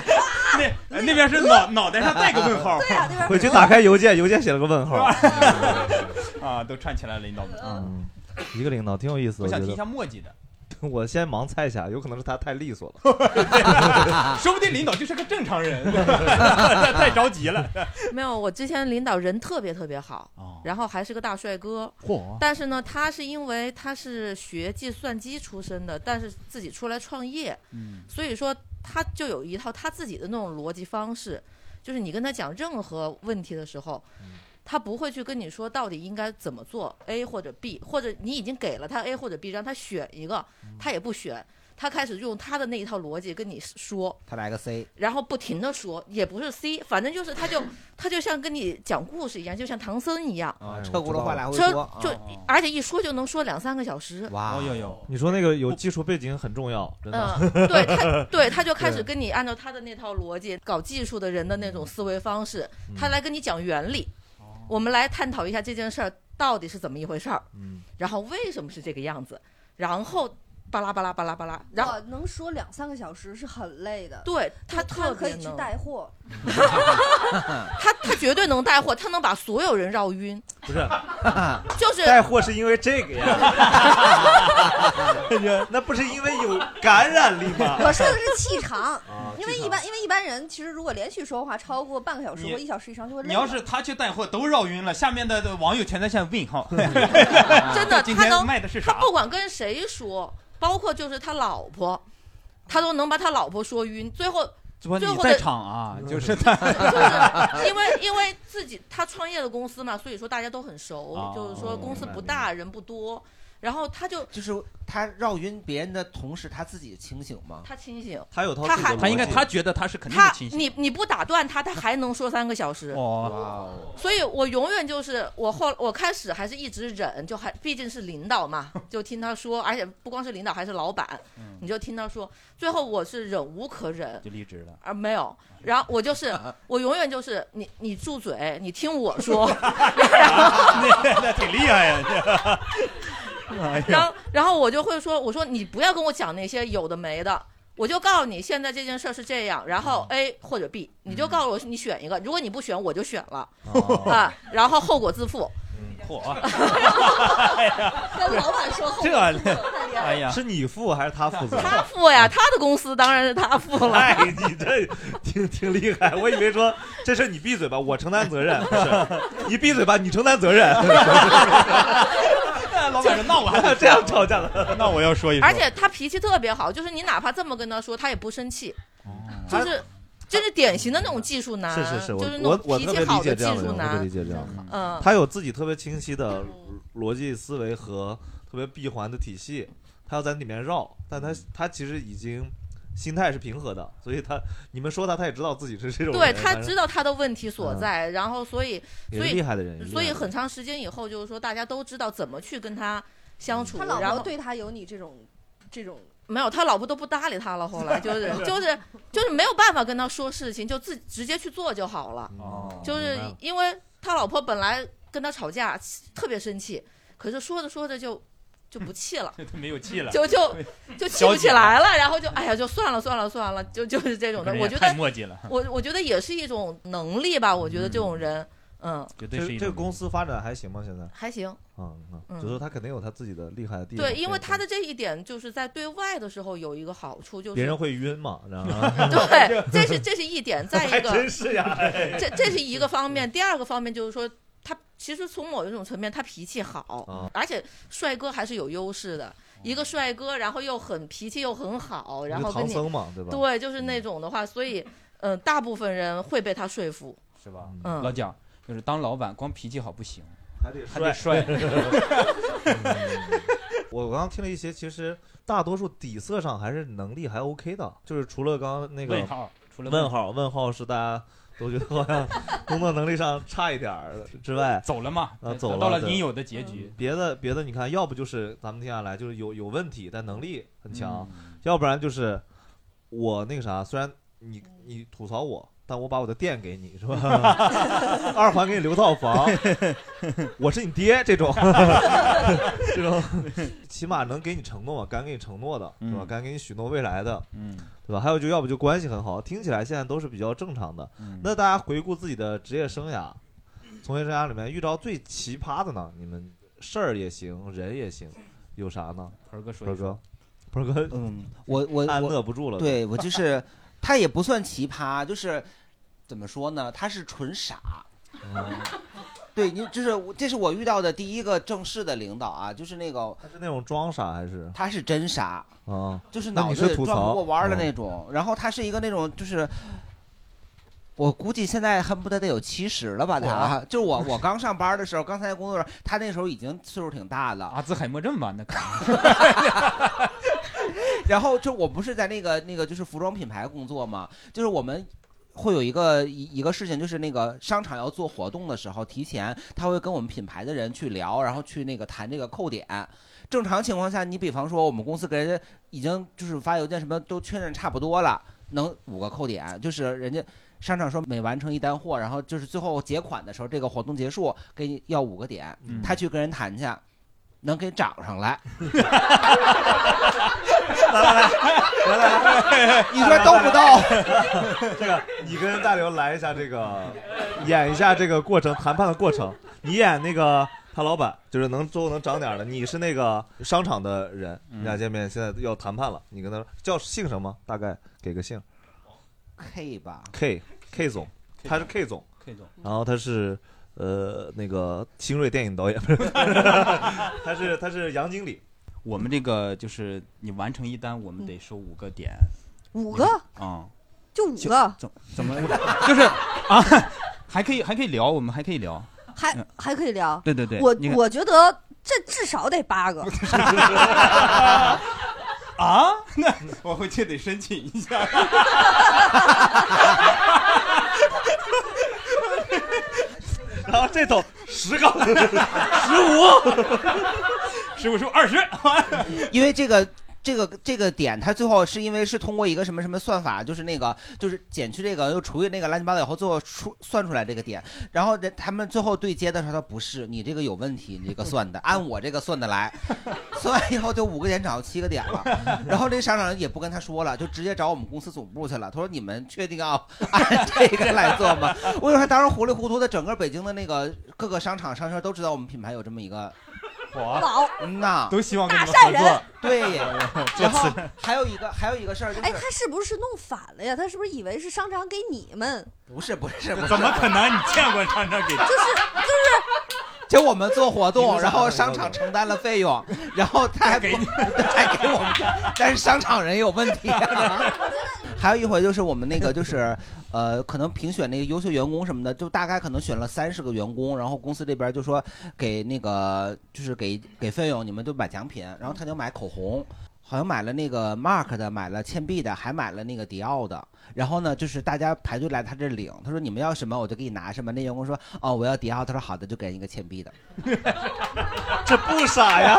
那那边是脑脑袋上带个问号，回去打开邮件，邮件写了个问号。 啊，都串起来了，领导们。嗯，一个领导挺有意思，我我觉想提一下得。墨迹的， 我先盲猜一下，有可能是他太利索了。 说不定领导就是个正常人，太着急了。 没有，我之前领导人特别特别好，然后还是个大帅哥。嚯但是呢，他是因为他是学计算机出身的，但是自己出来创业，嗯所以说他就有一套他自己的那种逻辑方式，就是你跟他讲任何问题的时候，嗯他不会去跟你说到底应该怎么做 A 或者 B，或者你已经给了他 A 或者 B，让他选一个，嗯他也不选，他开始用他的那一套逻辑跟你说。他来个 C，然后不停的说，也不是 C，反正就 是他就他就像跟你讲故事一样，就像唐僧一样，啊车轱辘话来回车说。哦就啊而且一说就能说两三个小时。哦哇，有有，你说那个有技术背景很重要，真的。嗯，对 他，对他就开始跟你按照他的那套逻辑，搞技术的人的那种思维方式，他来跟你讲原理，我们来探讨一下这件事儿到底是怎么一回事儿，嗯，然后为什么是这个样子，然后巴拉巴拉巴拉巴拉， 然后我哦能说两三个小时是很累的。对他，特可别以去能带货。他他绝对能带货，他能把所有人绕晕。不是， 就是带货是因为这个呀， 那不是因为有感染力啊吗？ 我说的是气场 啊，因为气一场般因为一般人其实如果连续说话超过半个小时你或一小时以上就会累你了。要是他去带货都绕晕了，下面的网友全在下面问号。真 的，今他能天卖的是他啥？不管跟谁说，包括就是他老婆，他都能把他老婆说晕。最后，主播你最后在的场啊，就 是他， 因为因为自己他创业的公司嘛，所以说大家都很熟，哦就是说公司明白不大，人不多，然后他就就是他绕晕别人的同时，他自己清醒吗？他清醒，他有套他自己还的他应该逻辑他觉得他是肯定是他清醒你你不打断他，他还能说三个小时。哦，所以我永远就是我后我开始还是一直忍，就还毕竟是领导嘛，就听他说，而且不光是领导，还是老板，嗯你就听他说，最后我是忍无可忍就离职了。啊，没有，然后我就是我永远就是你你住嘴，你听我说， 那那挺厉害呀！ 这哎 然呀后然后我就会说，我说你不要跟我讲那些有的没的。我就告诉你，现在这件事儿是这样，然后嗯 A 或者 B，你就告诉我你选一个，如果你不选，我就选了、哦啊，然后后果 自负。 哎跟老板说后这果自负 太厉害了哎呀，是你付还是他负责？他付呀，他的公司当然是他付 了。哎，你这挺挺厉害，我以为说这事你闭嘴吧，我承担责任，不是你闭嘴吧，你承担责任。 老板说那我 还这样吵架了， 那我要说。而且他脾气特别好，就是你哪怕这么跟他说，他也不生气，就是就是典型的那种技术男，哦是是是，我就是那我种我脾特气别理好解的技这样的术人，我特别男理。解这样的人。嗯他有自己特别清晰的逻辑思维和特别闭环的体系，他要在里面绕，但嗯他他其实已经心态是平和的，所以他你们说他，他也知道自己是这种人。对他反正知道他的问题所在，然后所以也所是以厉害的人也是所厉以害的很长时间以后，就是说大家都知道怎么去跟他相处。嗯他老然婆后对他有你这种这种，没有，他老婆都不搭理他了。后来就是 就是就是没有办法跟他说事情，就自己直接去做就好了。哦就是因为他老婆本来跟他吵架，特别生气，可是说着说着就就不气了他没有气了，就就就气不起来了，然后就哎呀，就算了算了算了，就就是这种的。人也我觉太得磨叽了我我觉得也是一种能力吧。我觉得这种人，嗯，这这个公司发展还行吗？现在还行。嗯嗯，嗯就是他肯定有他自己的厉害的地方。对，因为他的这一点就是在对外的时候有一个好处，就是别人会晕嘛，然后 对，这是这是一点，再一个，还真是呀 哎这这是一个方面。第二个方面就是说，他其实从某一种层面，他脾气啊好，而且帅哥还是有优势哦的。一个帅哥，然后又很脾气又很好，然后跟唐你僧嘛对吧就是那种的话，所以嗯、呃大部分人会被他说服。是吧？嗯老蒋就是当老板，光脾气好不行，还得还得帅帅。 我刚刚听了一些，其实大多数底色上还是能力还 OK 的，就是除了刚刚那个问号除了问问号，问号是大家都觉得好像工作能力上差一点儿之外，走了嘛啊，走到了对应有的结局。别的别的，你看，要不就是咱们听下来就是有有问题，但能力很强，嗯要不然就是我那个啥，虽然你你吐槽我，但我把我的店给你是吧？ 二环给你留套 房，我是你爹这种，这种起码能给你承诺，敢给你承诺的，是吧？嗯敢给你许诺未来的， 嗯，对吧？还有就要不就关系很好，听起来现在都是比较正常的。嗯那大家回顾自己的职业生涯，从业生涯里面遇到最奇葩的呢？你们事儿也行，人也行，有啥呢？鹏哥说鹏一哥说，鹏哥，嗯，我 我按我捺不住了，对我 就是，他也不算奇葩，就是怎么说呢？他是纯傻。哦对你就是我这是我遇到的第一个正式的领导啊，就是那个是那种装傻还是？他是真傻，啊，就是那脑你子是吐转槽不哦过弯儿的那种。然后他是一个那种就是。我估计现在恨不得得有七十了吧，他哇就是我，我刚上班的时候，刚才工作的时候，他那时候已经岁数挺大了，阿兹啊海默症吧，那可 然后就我不是在那个那个就是服装品牌工作嘛，就是我们。会有一个一一个事情，就是那个商场要做活动的时候，提前他会跟我们品牌的人去聊，然后去那个谈这个扣点。正常情况下，你比方说我们公司给人家已经就是发邮件什么都确认差不多了，能五个扣点，就是人家商场说每完成一单货，然后就是最后结款的时候，这个活动结束给你要五个点，嗯他去跟人谈去，能给涨上来。 来来来来来来，你说逗不 逗？这个，你跟大刘来一下这个， 演一下这个过程，谈判的过程。你演那个他老板，就是能最后能涨点儿的。你是那个商场的人，你俩见面现在要谈判了，你跟他叫姓什么？大概给个姓 K 吧， ，K K 总，他是 K 总 K 总然后他是呃那个新锐电影导演，不是，他是他是杨经理。我们这个就是你完成一单，我们得收五个点。嗯五个啊、就五个，怎怎么 就是啊？还可以还可以聊，我们还可以聊。还嗯还可以聊。对对对我你看我觉得这至少得八个。啊？ 那我回去得申请一下。然后这桶十个， 十五，十五十五二十， 因为这个。这个这个点，它最后是因为是通过一个什么什么算法，就是那个就是减去这个又除以那个乱七八糟以后，最后出算出来这个点。然后人他们最后对接的时候，他不是你这个有问题，你这个算的按我这个算的来， 算完以后就五个点涨到七个点了。然后这商场也不跟他说了，就直接找我们公司总部去了。他说你们确定要按这个来做吗？ 我跟你说，当时糊里糊涂的，整个北京的那个各个商场商圈都知道我们品牌有这么一个火老嗯呐，都希望跟你们合作。对，然后做次还有一个还有一个事儿就是哎，，他是不是弄反了呀？他是不是以为是商场给你们？不是不是，不是怎么可能？你见过商场给？就我们做活你动，们然商场后商场承担了费用，然后他还给你，还给我们， 但是商场人也有问题、 啊。还有一回就是我们那个就是，呃，可能评选那个优秀员工什么的，就大概可能选了三十个员工，然后公司这边就说给那个就是给给费用，你们就买奖品，然后他就买口红。好像买了那个 Mark 的，买了倩碧的，还买了那个迪奥的。然后呢，就是大家排队来他这领，他说你们要什么我就给你拿什么。那员工说哦我要迪奥，他说好的，就给人一个倩碧的。这不哎傻呀，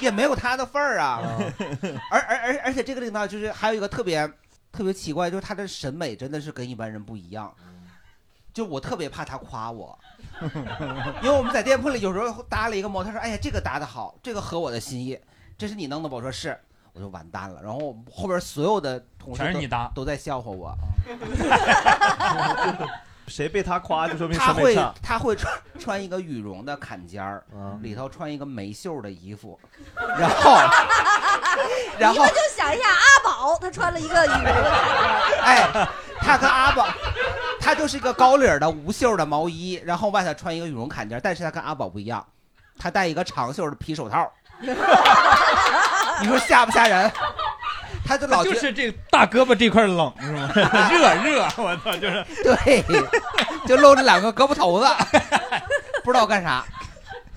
也没有 他的份儿啊。哦 而而而而且这个领导就是还有一个特别特别奇怪，就是他的审美真的是跟一般人不一样。就我特别怕他夸我，因为我们在店铺里有时候搭了一个模，他说：“哎呀，这个搭的好，这个合我的心意，这是你弄的吧？”我说是，我就完蛋了。然后我们后边所有的同事全是都你搭都在笑话我。 谁被他夸就说明他审美会差。啊他会穿穿一个羽绒的坎肩儿，里头穿一个没袖儿的衣服，然后 然你后们就想一下，阿宝他穿了一个羽绒的卡裆哎，他跟阿宝，他就是一个高领儿的无袖儿的毛衣，然后外头穿一个羽绒坎肩儿，但是他跟阿宝不一样，他戴一个长袖儿的皮手套儿。 你说吓不吓人？他就老觉就是这大胳膊这块冷是吗？ 热热，我操，就是 对，就露着两个胳膊头子， 不知道干啥。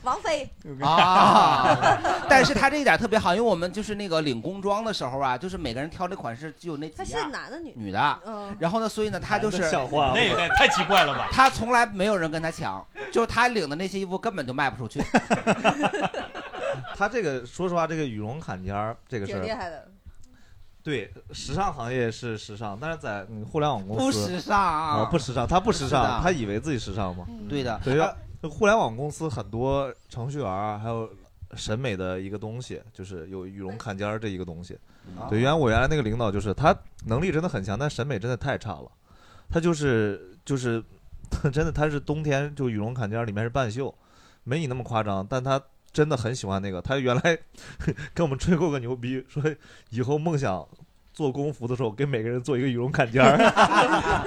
王菲 啊！但是他这一点特别好，因为我们就是那个领工装的时候啊，就是每个人挑那款式就有那 他几是样，男的女的？女的嗯。然后呢，所以呢，他就是像话吗那也太奇怪了 吧他从来没有人跟他抢，就是他领的那些衣服根本就卖不出去。 他这个说实话，这个羽绒坎肩儿这个事挺厉儿，害的，对时尚行业是时尚，但是在嗯互联网公不司时尚啊，不时尚，他不时是的尚，他以为自己时尚嘛。对的对呀，互联网公司很多程序员儿还有审美的一个东西，就是有羽绒坎肩儿这一个东西。对，原来我原来那个领导就是他能力真的很强，但审美真的太差了。他就是就是， 真的他是冬天就羽绒坎肩儿里面是半袖，没你那么夸张，但他真的很喜欢那个。他原来 跟我们吹过个牛逼，说以后梦想做工服的时候给每个人做一个羽绒坎肩儿。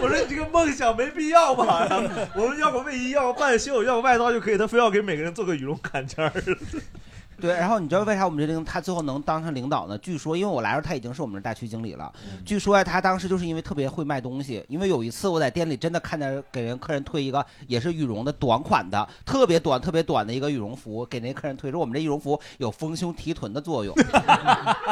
我说你这个梦想没必要吧？ 我们要个卫衣，要个半袖，要个外套就可以，他非要给每个人做个羽绒坎 肩儿。对，然后你知道为啥我们这领他最后能当上领导呢？据说，因为我来的时候他已经是我们的大区经理了。嗯据说呀、他当时就是因为特别会卖东西，因为有一次我在店里真的看见给人客人推一个也是羽绒的短款的，特别短、特别短的一个羽绒服，给那客人推说我们这羽绒服有丰胸提臀的作用。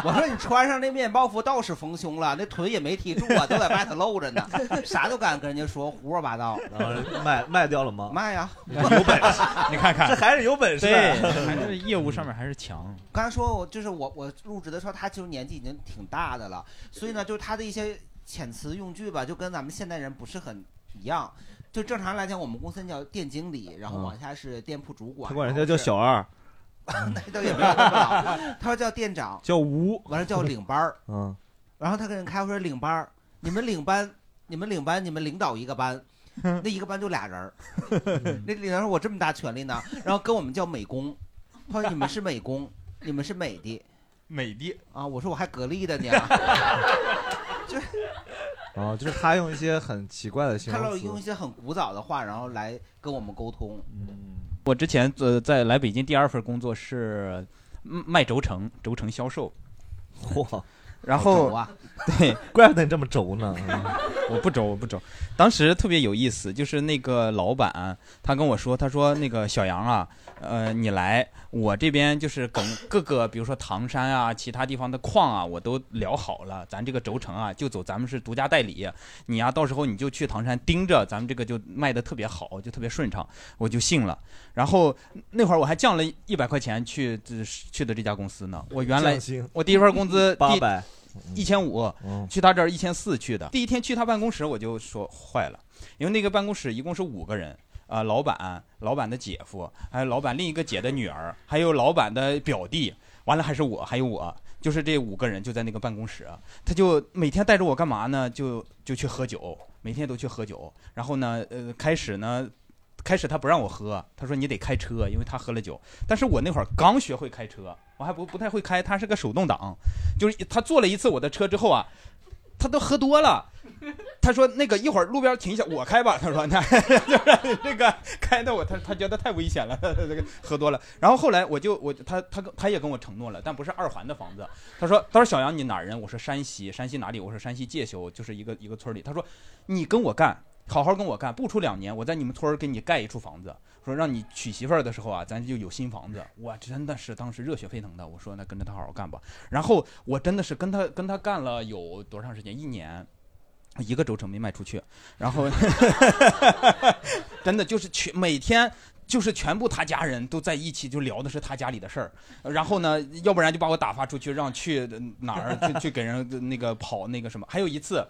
我说你穿上那面包服倒是丰胸了，那臀也没提住啊，都在外头露着呢，啥都敢跟人家说，胡说八道。然后卖卖掉了吗？卖呀，有本事，你看看，这还是有本事的对，还是业务上面还是强。刚才说我就是我我入职的时候，他其实年纪已经挺大的了，所以呢，就是他的一些遣词用句吧，就跟咱们现代人不是很一样。就正常来讲，我们公司叫店经理，然后嗯往下是店铺主管，他管人家叫小二，那倒也没有那么老，他说叫店长， 叫吴，完了叫领班儿，嗯，然后他跟人开会说领班儿，你们领班，你们领班，你们领导一个 班，那一个班就俩人儿，嗯那领导说我这么大权力呢，然后跟我们叫美工，他说你们是美 工，你们是美的，美的啊，我说我还格力的 呢，啊，就是他用一些很奇怪的形他容老词，用一些很古早的话，然后来跟我们沟通，嗯我之前呃在来北京第二份工作是嗯卖轴承，轴承销售。嚯！然好后轴啊 对，怪不得你这么轴呢。 我不轴，我不轴。当时特别有意思，就是那个老板他跟我说，他说那个小杨啊，呃，你来我这边就是梗各个，比如说唐山啊，其他地方的矿啊，我都聊好了，咱这个轴承啊，就走咱们是独家代理，你呀、到时候你就去唐山盯着，咱们这个就卖的特别好，就特别顺畅，我就信了。然后那会儿我还降了一百块钱去去的这家公司呢，我原来降薪我第一份工资八百。嗯一千五，去他这儿一千四去的。第一天去他办公室，我就说坏了，因为那个办公室一共是五个人，啊、老板、老板的姐夫，还有老板另一个姐的女儿，还有老板的表弟，完了还是我，还有我，就是这五个人就在那个办公室，啊他就每天带着我干嘛呢？就就去喝酒，每天都去喝酒。然后呢，呃，开始呢。开始他不让我喝，他说你得开车，因为他喝了酒。但是我那会儿刚学会开车，我还不不太会开，他是个手动挡，就是他坐了一次我的车之后啊，他都喝多了。啊他说：“那个一会儿路边停一下，我开吧。”他说：“那就是这个开的我，他他觉得太危险了， 这个喝多了。”然后后来我就我他他跟他也跟我承诺了，但不是二环的房子。他说：“他说小杨你哪儿人？”我说：“山西，山西哪里？”我说：“山西介休，就是一个一个村里。”他说：“你跟我干，好好跟我干，不出两年，我在你们村儿给你盖一处房子。说让你娶媳妇儿的时候啊，咱就有新房子。我真的是当时热血沸腾的，我说那跟着他好好干吧。然后我真的是跟他跟他干了有多长时间？一年。一个轴承没卖出去，然后 真的就是全每天就是全部他家人都在一起，就聊的是他家里的事儿。然后呢，要不然就把我打发出去，让去哪儿去去给人那个跑那个什么。还有一次，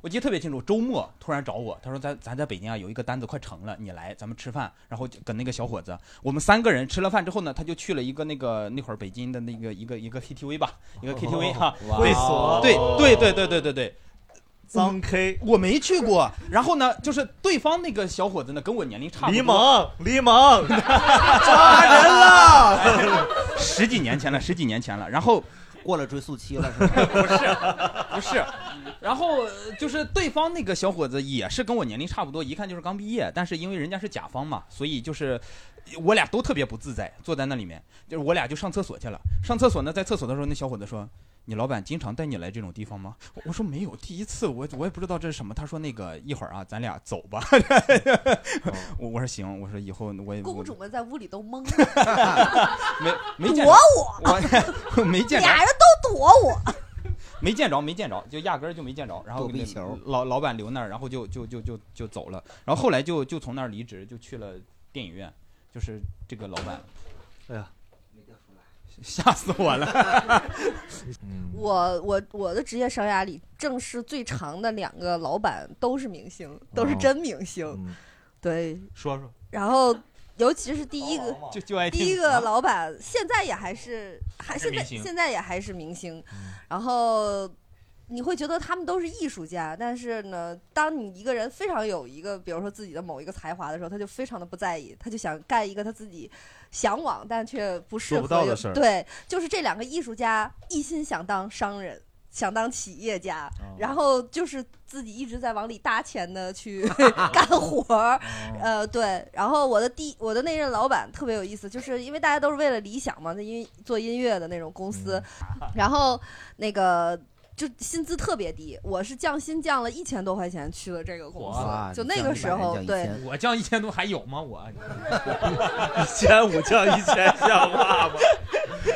我记得特别清楚，周末突然找我，他说咱咱在北京啊有一个单子快成了，你来咱们吃饭，然后就跟那个小伙子，我们三个人吃了饭之后呢，他就去了一个那个那会儿北京的那个一个一个 KTV 吧，一个 KTV 哈、哇对哦对对对对对对对。嗯脏 K，我没去过。然后呢，就是对方那个小伙子呢，跟我年龄差不多。黎萌，黎萌，抓 人了！十几年前了，十几年前了。然后过了追溯期了是吧？ 不是，不是。然后呃就是对方那个小伙子也是跟我年龄差不多，一看就是刚毕业，但是因为人家是甲方嘛，所以就是我俩都特别不自在，坐在那里面，就是我俩就上厕所去了。上厕所呢，在厕所的时候，那小伙子说：“你老板经常带你来这种地方吗？”我我说：“没有，第一次我我也不知道这是什么。”他说：“那个一会儿啊，咱俩走吧。 我”我说：“行。”我说：“以后我也我 公主们在屋里都懵 了，没没见躲着我，我 没见着俩人都躲我。没见着，没见着，就压根儿就没见着。然后躲避那球老老板留那儿，然后就就就就就走了。然后后来就就从那儿离职，就去了电影院，就是这个老板。哎 呀，吓死我了！ 我我我的职业生涯里，正式最长的两个老板都是明星， 都哦是真明星。嗯对，说说然后尤其是第一个，就就爱听第一啊个老板，现在也还是还是现在明星现在也还是明星，然后。你会觉得他们都是艺术家，但是呢，当你一个人非常有一个，比如说自己的某一个才华的时候，他就非常的不在意，他就想干一个他自己向往但却不适做合不到的又事儿对，就是这两个艺术家一心想当商人，想当企业家，然后就是自己一直在往里搭钱的 去干活哦儿，呃，对。然后我的第我的那任老板特别有意思，就是因为大家都是为了理想嘛，那因为做音乐的那种公司，嗯然后那个。就薪资特别低，我是降薪降了一千多块钱去了这个公司哇，就那个时候，对，我降一千多还有吗？ 我啊一千五降一千，像话吗？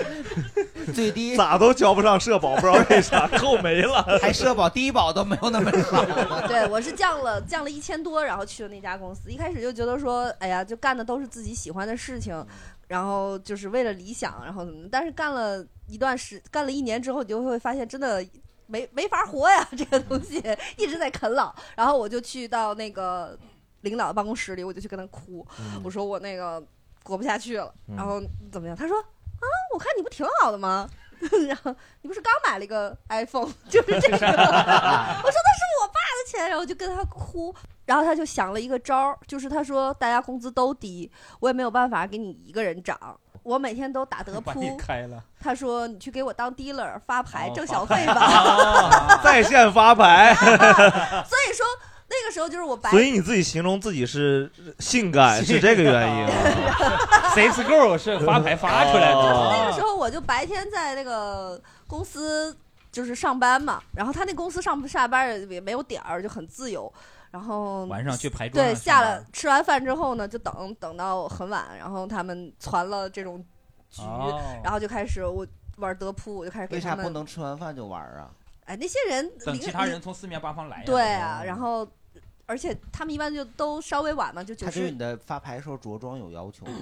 最低咋都交不上社保，不知道为啥 扣没了，还社保低保都没有那么少。对，我是降了降了一千多，然后去了那家公司。一开始就觉得说，哎呀，就干的都是自己喜欢的事情，嗯然后就是为了理想，然后怎么？但是干了一段时，干了一年之后，你就会发现，真的没没法活呀，这个东西 一直在啃老。然后我就去到那个领导的办公室里，我就去跟他哭，嗯我说我那个活不下去了，嗯然后怎么样？他说啊，我看你不挺好的吗？然后你不是刚买了一个 iPhone，就是 这 个。我说那是我爸的钱，然后我就跟他哭，然后他就想了一个招儿，就是他说大家工资都低，我也没有办法给你一个人涨，我每天都打德 把你扑。开了，他说你去给我当 dealer 发牌哦挣发小牌费吧。 在线 发牌。所以说那个时候就是我白， 所以你自己形容自己是性感，是这个原因 啊。谁是 girl 是发牌发出来的那个时候我就白天在那个公司就是上班嘛，然后他那公司上不下班儿也没有点儿，就很自由。然后晚上去牌桌对上下上了班吃完饭之后呢，就等等到很晚，然后他们传了这种局，哦然后就开始我玩德扑，我就开始给为他啥们不能吃完饭就玩啊？哎那些人等领其他领人从四面八哎方来呀。哦对啊，然后而且他们一般就都稍微晚嘛，就九他对十你。的发牌时候着装有要求吗，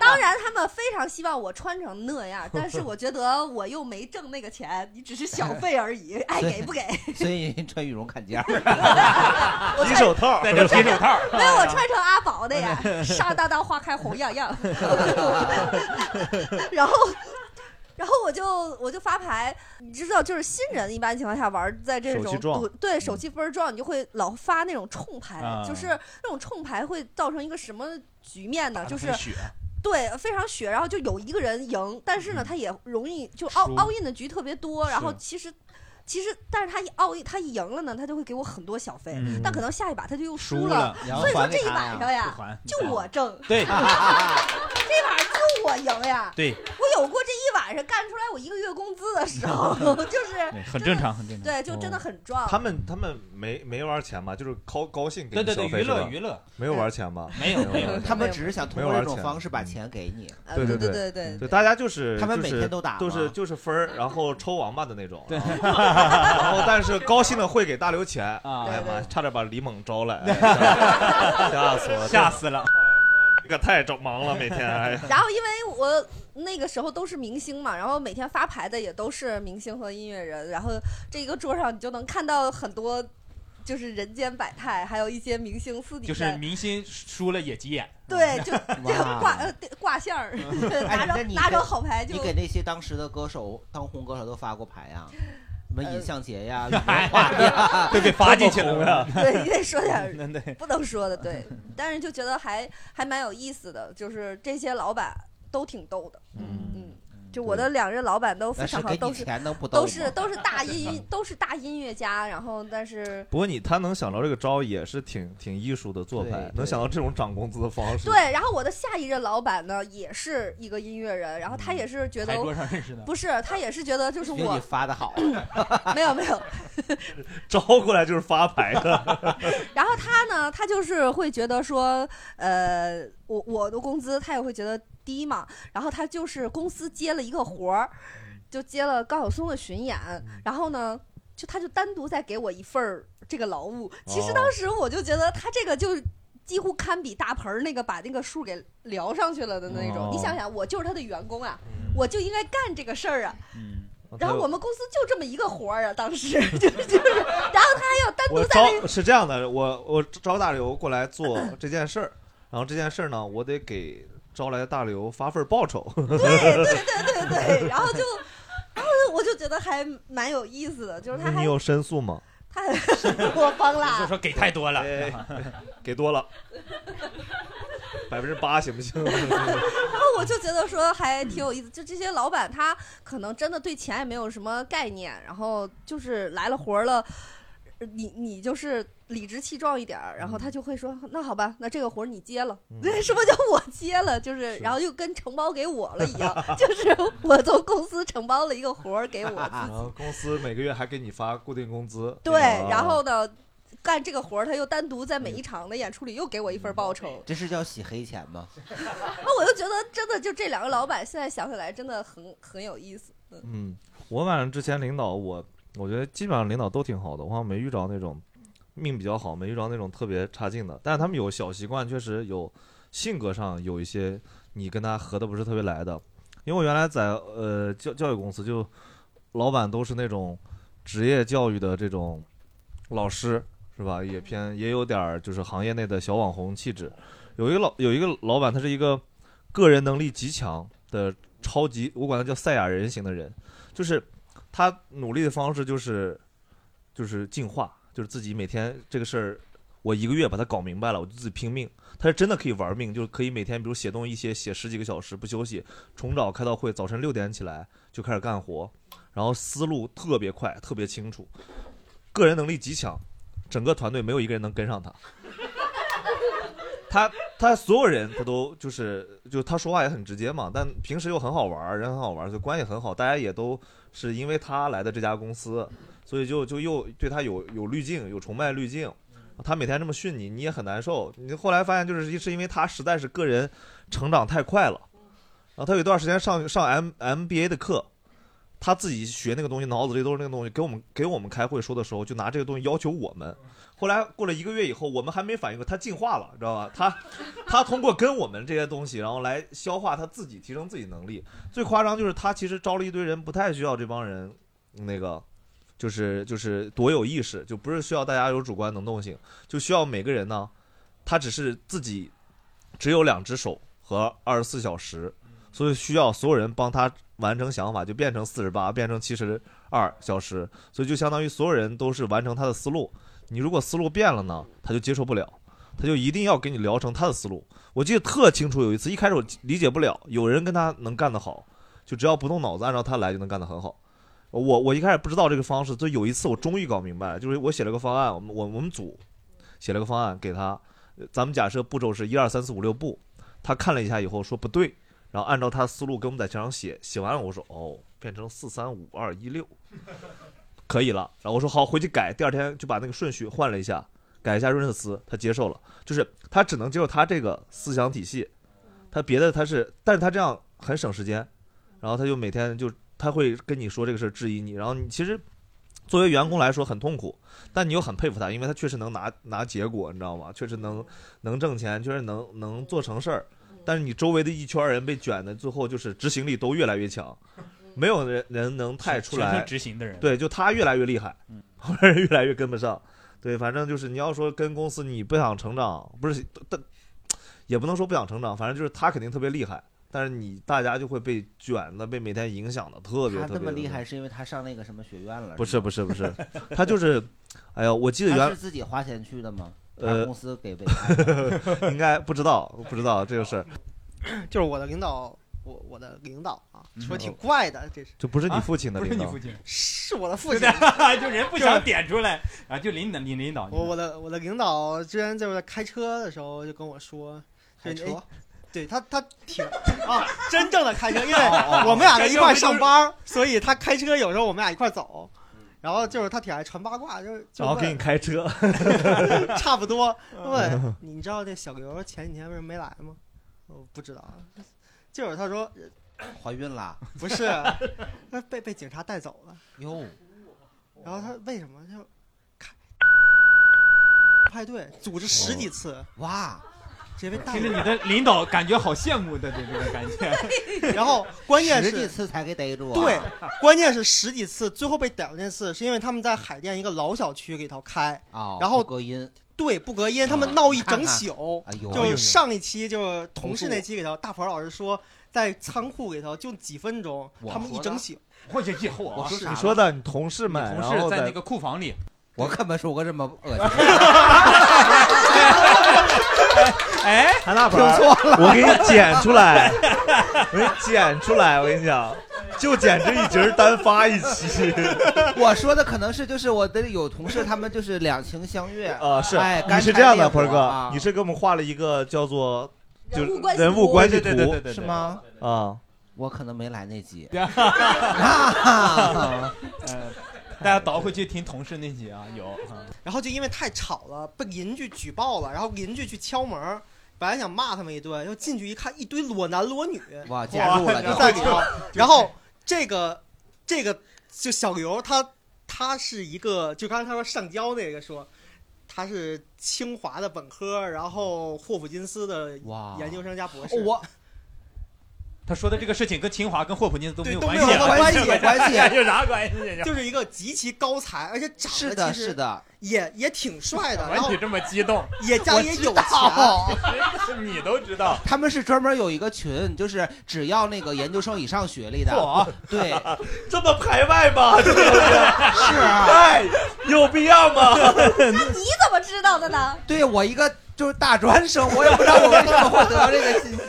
当然，他们非常希望我穿成那样，但是我觉得我又没挣那个钱，你只是小费而已，爱哎给不给。 所以你穿羽绒坎肩儿， 我皮穿套戴着皮手套 没有，我穿成阿宝的呀，沙当当花开红样样。 然后，然后我就我就发牌，你知道，就是新人一般情况下玩在这手种气撞赌对手气分儿撞，你就会老发那种冲牌，啊就是那种冲牌会造成一个什么局面呢？呃啊就是很血对，非常血，然后就有一个人赢，但是呢，他也容易就奥嗯输奥运的局特别多，然后是其实。其实，但是他一奥运，他一赢了呢，他就会给我很多小费，嗯但可能下一把他就又输了了。所以说然后还给这一他呀晚上呀不还，就我挣，对啊 这把就我赢呀。对，我有过这一晚上干出来我一个月工资的时候， 就是对很正常，很正常。哦对，就真的很壮。他们他们没没玩钱嘛，就是高高兴给你对对对消费娱乐是吧娱乐嗯没有玩钱吧？没有没有他们只是想通过没有这玩种钱方式把钱给你。呃对对对对对对对大家就是他们就是每天都打吗都是就是分儿，然后抽王八的那种，然后然后但是高兴的会给大刘钱，啊哎呀妈，差点把李猛招 来，哎吓死我了，吓死了，这个太着忙了，每天哎呀。 然后因为我那个时候都是明星嘛，然后每天发牌的也都是明星和音乐人，然后这一个桌上你就能看到很多就是人间百态，还有一些明星私底就下是明星输了也急眼。对 就哇 哎挂呃对挂 相儿，拿那着你拿给着好牌就你给那些当时的歌手、当红歌手都发过牌呀？什么呃尹相杰 呀、哎都给发进去了对你得说点儿那对不能说 的，对，但是就觉得还还蛮有意思的，就是这些老板都挺逗的，嗯就我的两任老板都非那是常好，给都你是钱能不逗都吗是都是 大音都是大音乐家，然后但是不过你他能想到这个招也是挺挺艺术的做对派对，能想到这种涨工资的方式。对，然后我的下一任老板呢也是一个音乐人，然后他也是觉得牌嗯桌上认识的不是他也是觉得就是觉得你我发的好，没有没有，招过来就是发牌的，然后他呢，他就是会觉得说，呃，我我的工资他也会觉得低嘛。然后他就是公司接了一个活儿，就接了高晓松的巡演，然后呢，就他就单独再给我一份儿这个劳务。其实当时我就觉得他这个就。几乎堪比大盆儿那个把那个数给聊上去了的那种，哦你想想，我就是他的员工啊，我就应该干这个事儿啊。然后我们公司就这么一个活儿啊，当时就就是，然后他还要单独我在那招是这样的，我我招大刘过来做这件事儿，然后这件事儿呢，我得给招来的大刘发份儿报酬。对，然后就，然后我就觉得还蛮有意思的，就是他嗯你还有申诉吗？他还给我帮就啦， 说给太多了，给多了，百分之八行不行？然后我就觉得说还挺有意思，就这些老板他可能真的对钱也没有什么概念，然后就是来了活儿了。你你就是理直气壮一点儿，然后他就会说，那好吧，那这个活儿你接了，嗯对， 什么叫我接了？就是，然后又跟承包给我了一样， 就是我从公司承包了一个活儿给 我自然己，后公司每个月还给你发固定工资。对，哎然后呢，干这个活儿，他又单独在每一场的演出里又给我一份报酬，这是叫洗黑钱吗？嗯那我就觉得真的就这两个老板，现在想起来真的很很有意思。嗯，嗯，我反正之前领导我，我觉得基本上领导都挺好的，我好像没遇着那种命比较好，没遇着那种特别差劲的。但是他们有小习惯，确实有性格上有一些你跟他合的不是特别来的。因为我原来在呃教教育公司就老板都是那种职业教育的这种老师，是吧？也偏也有点儿就是行业内的小网红气质。有一个老有一个老板，他是一个个人能力极强的超级，我管他叫赛亚人型的人，就是他努力的方式就是就是进化，就是自己每天这个事儿，我一个月把它搞明白了，我就自己拼命。他是真的可以玩命，就是可以每天比如写东西写写十几个小时不休息，从早开到会，早晨六点起来就开始干活，然后思路特别快，特别清楚，个人能力极强，整个团队没有一个人能跟上他。他他所有人他都就是就他说话也很直接嘛，但平时又很好玩儿，人很好玩儿，所以关系很好，大家也都是因为他来的这家公司，所以就就又对他有有滤镜，有崇拜滤镜。他每天这么训你，你也很难受。你后来发现就是是因为他实在是个人成长太快了，然后他有一段时间上上 M MBA 的课，他自己学那个东西，脑子里都是那个东西。给我们给我们开会说的时候，就拿这个东西要求我们。后来过了一个月以后，我们还没反应过来，他进化了，知道吧？ 他他通过跟我们这些东西，然后来消化他自己，提升自己能力。最夸张就是他其实招了一堆人，不太需要这帮人那个。就是就是多有意识，就不是需要大家有主观能动性，就需要每个人呢，他只是自己只有两只手和二十四小时，所以需要所有人帮他完成想法，就变成四十八，变成七十二小时，所以就相当于所有人都是完成他的思路。你如果思路变了呢，他就接受不了，他就一定要给你聊成他的思路。我记得特清楚，有一次一开始我理解不了，有人跟他能干得好，就只要不动脑子，按照他来就能干得很好。我我一开始不知道这个方式，就有一次我终于搞明白了，就是我写了个方案，我们我我们组写了个方案给他，呃咱们假设步骤是一二三四五六步，他看了一下以后说不对，然后按照他的思路给我们在墙上写，写完了我说哦，变成四三五二一六，可以了，然后我说好回去改，第二天就把那个顺序换了一下，改一下润色词，他接受了，就是他只能接受他这个思想体系，他别的他是，但是他这样很省时间，然后他就每天就他会跟你说这个事儿，质疑你，然后你其实作为员工来说很痛苦，但你又很佩服他，因为他确实能拿拿结果，你知道吗？确实能能挣钱，确实能能做成事儿。但是你周围的一圈人被卷的，最后就是执行力都越来越强， 没有人人能太出全来是执行的人嗯对，就他越来越厉害， 旁边人越来越跟不上。对，反正就是你要说跟公司你不想成长，不是，但也不能说不想成长，反正就是他肯定特别厉害，但是你大家就会被卷的，被每天影响的特别他特别。这么厉害是因为他上那个什么学院了？不是吗不是 不是，他就是，哎呀，我记得他原是自己花钱去的吗？呃他公司给委派 的应该不知道不知道这个事儿，就是我的领导，我我的领导啊，嗯说挺怪的，这是就不是啊你父亲的领导，是我的父亲， 就人不想点出来啊，就领导领领导，我我的我的领导之前就是开车的时候就跟我说，就开你车哎对他他挺啊真 正的开车，因为哦哦我们俩在一块开儿车不就是上班儿，所以他开车有时候我们俩一块儿走，然后就是他挺爱传八卦，就是就然后哦问给你开车， 差不 多。嗯问你知道这小刘前几天为什么没来吗？我不知道，就是他说怀孕了？ 不是，啊啊他被被警察带走了。哟，然后他为什么就开派对组织十几次？哇，直接被带哦听着走你了的领导感觉好羡慕的这这个感觉。 然后关键是哦十几次才给逮住、啊。对，关键是十几次，最后被逮住那次是因为他们在海淀一个老小区里头开，哦然后 不隔音，对不隔音，他们闹一整哦宿。看看哎呦就是上一期就是同事投诉那期里头，大鹏老师说在仓库里头就几分钟，我他们一整宿。我这这我 我你说的你同事们，同然事后在那个库房里，我可没说过这么恶心。哎，韩大鹏，听错了我给 你剪出来，我给你剪出来，我跟你讲， 就剪这一节儿单发一期。 我说的可能是就是我的有同事他们就是两情相悦啊，是，哎，你干是柴这样的，烈火鹏哥啊，你是给我们画了一个叫做就物关系人物图关系对对对对图，对是吗？啊，我可能没来那 集。 呃，大家倒回去听同事那集啊，有。啊然后就因为太吵了，被邻居举报了，然后邻居去敲门儿，本来想骂他们一顿，又进去一看，一堆裸男裸女，哇加入了就在里头。然后这个这个就小刘他他是一个，就刚才他说上交那个说。他是清华的本科，然后霍普金斯的哇研究生加博士。我他说的这个事情跟清华、跟霍普金斯都没有都关没系有啊，关系，关 系 有啥关系？就是一个极其高才，而且长得是的其实是的也也挺帅的。我然后你这么激动， 也家里也有钱 我知道 你都知道。他们是专门有一个群，就是只要那个研究生以上学历的嚯， 对， 这么排外吗？这个东西是啊哎，有必要 吗？ 那你怎么知道的呢？对我一个就是大专生，我也不知道我为什么会得到这个信息。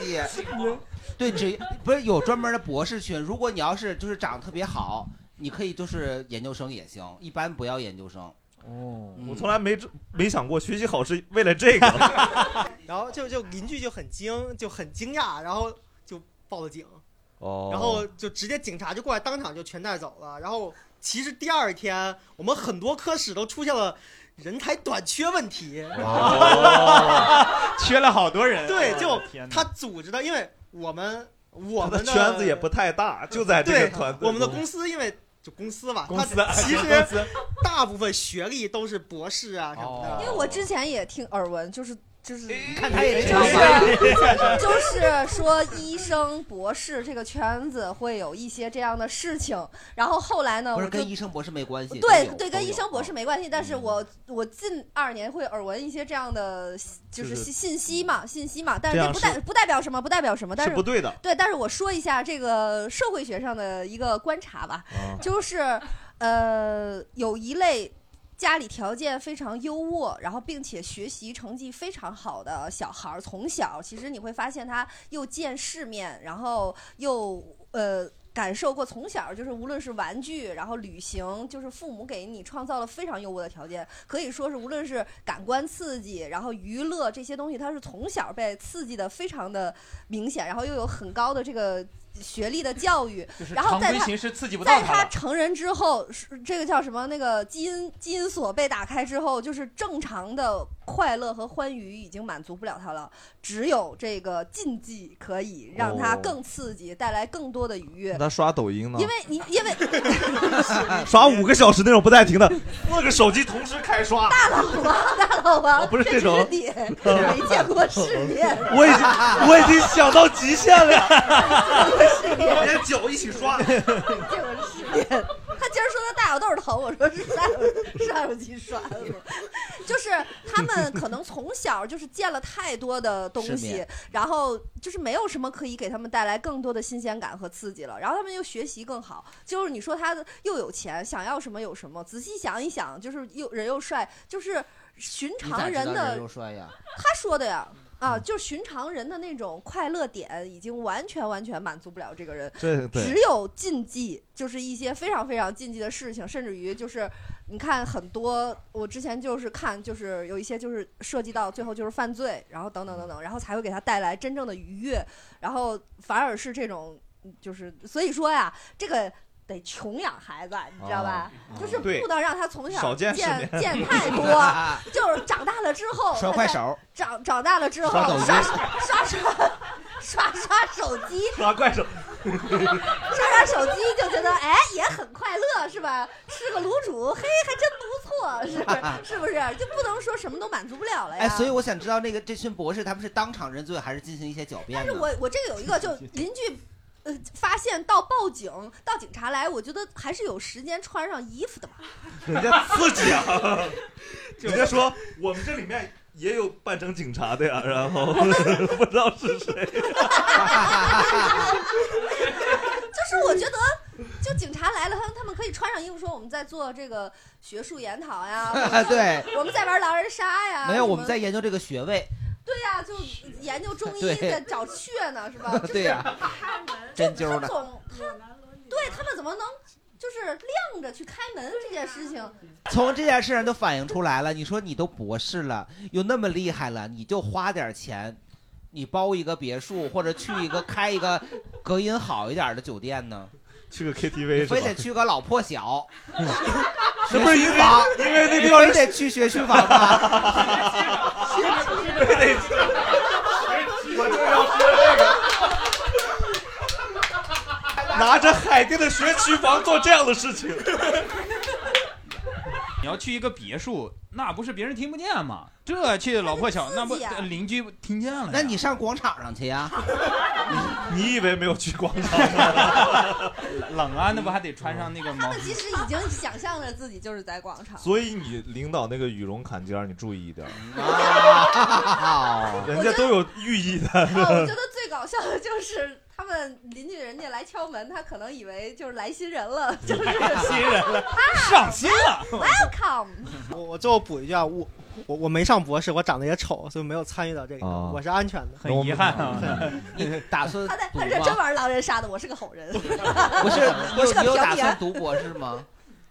对，只不是有专门的博士群，如果你要是就是长得特别好，你可以就是研究生也行，一般不要研究生。嗯哦，我从来没这没想过学习好是为了这个。然后就就邻居就很惊，就很惊讶，然后就报了警， 哦然后就直接警察就过来，当场就全带走了。然后其实第二天我们很多科室都出现了人才短缺问题， 缺了好多人。哦哎对，就天哪他组织的，因为我们我他们的圈子也不太大， 就在这个对团队。我们的公司因为。就公司吧，公司它其实 公司大部分学历都是博士啊什么的。哦因为我之前也听耳闻，就是就是，你看他也知知道道吗？吧就是说医生、博士这个圈子会有一些这样的事情。然后后来呢，不呃我是就跟医生博士没关系。对都有对，跟医生啊博士没关系，但嗯是我我近二年会耳闻一些这样的，就就是是信信息嘛，信息嘛，但是这这样不代是不代表什么，不代表什么，但是是不对的对，但是我说一下这个社会学上的一个观察吧，啊就是呃，有一类。家里条件非常优渥，然后并且学习成绩非常好的小孩儿，从小其实你会发现他又见世面，然后又呃感受过从小就是无论是玩具，然后旅行，就是父母给你创造了非常优渥的条件，可以说是无论是感官刺激，然后娱乐这些东西，他是从小被刺激的非常的明显，然后又有很高的这个学历的教育就是，然后常在规他形式刺激不在到他了。成人之后，是这个叫什么？那个基因基因锁被打开之后，就是正常的快乐和欢愉已经满足不了他了，只有这个禁忌可以让他哦更刺激，带来更多的愉悦。那刷抖音呢？因为你因为哎刷五个小时那种不带停的，四个手机同时开刷。大佬 王，大佬王，哦不是这这种。只你没见过世面我已经我已经想到极限了，连脚一起刷。这个是他今儿说他大小豆疼，我说是上上手机刷的吗，就是他们可能从小就是见了太多的东世西面，然后就是没有什么可以给他们带来更多的新鲜感和刺激了，然后他们又学习更好，就是你说他的又有钱，想要什么有什么，仔细想一想，就是又人又帅，就是寻你咋常知人道的又帅呀？他说的嗯呀。啊，就是寻常人的那种快乐点，已经完全完全满足不了这个人。这对只有禁忌，就是一些非常非常禁忌的事情，甚至于就是你看很多，我之前就是看，就是有一些就是涉及到最后就是犯罪，然后等等等等，然后才会给他带来真正的愉悦，然后反而是这种就是，所以说呀，这个。得穷养孩子，你知道吧？哦就是对不能让他从小少见见世见面 太多，就是长大了之后甩他快再手长长大了之后刷抖音刷刷刷刷刷手机，刷怪手。刷刷手机就觉得哎也很快乐是吧？吃个卤煮，嘿还真不错，是是不是？就不能说什么都满足不了了呀？哎，所以我想知道那个这群博士他们是当场认罪，还是进行一些狡辩但呢？，是我我这个有一个就邻居。呃，发现到报警到警察来，我觉得还是有时间穿上衣服的吧。人家刺激 啊！人家说我们这里面也有扮成警察的呀，然后 不知道是谁。就是我觉得，就警察来了，他们他们可以穿上衣服说我们在做这个学术研讨呀 对我们在玩狼人杀呀，没有，我什们么在研究这个穴位。对呀、就研究中 医对在找穴呢， 是吧？对呀这针灸他呢总他对他们怎么能就是晾着去开门这件事情？从这件事上就反映出来了。你说你都博士了，又那么厉害了，你就花点钱，你包一个别墅，或者去一个开一个隔音好一点的酒店呢？去个 KTV 非是吧得去个老破 小，这不是因学为区房因为那地方是非得 去学区房吗？我就要说这个，拿着海淀的 学区房做这样的事情，你要去一个别墅，那不是别人听不见吗？这去老破 小，那不呃邻居听见了？那你上广场上去 呀？你以为没有去广场？冷啊，那不还得穿上那个毛他？其实已经想象着自己就是在广场。 所以你领导那个羽绒坎肩儿，你注意一 点儿，啊人家都有寓意哦，我觉的。得最搞笑的就是他们邻居人家来敲门，他可能以为就是来新人了， 就是新人 了，上新了。 Welcome， 我我最后补一句啊，我我我没上博士，我长得也丑，所以没有参与到这个，我是安全的，很遗憾啊 很。打算他在他认真玩狼人杀的，我是个好 人。不是，你我是有个啊你有平打算民。读博士 吗？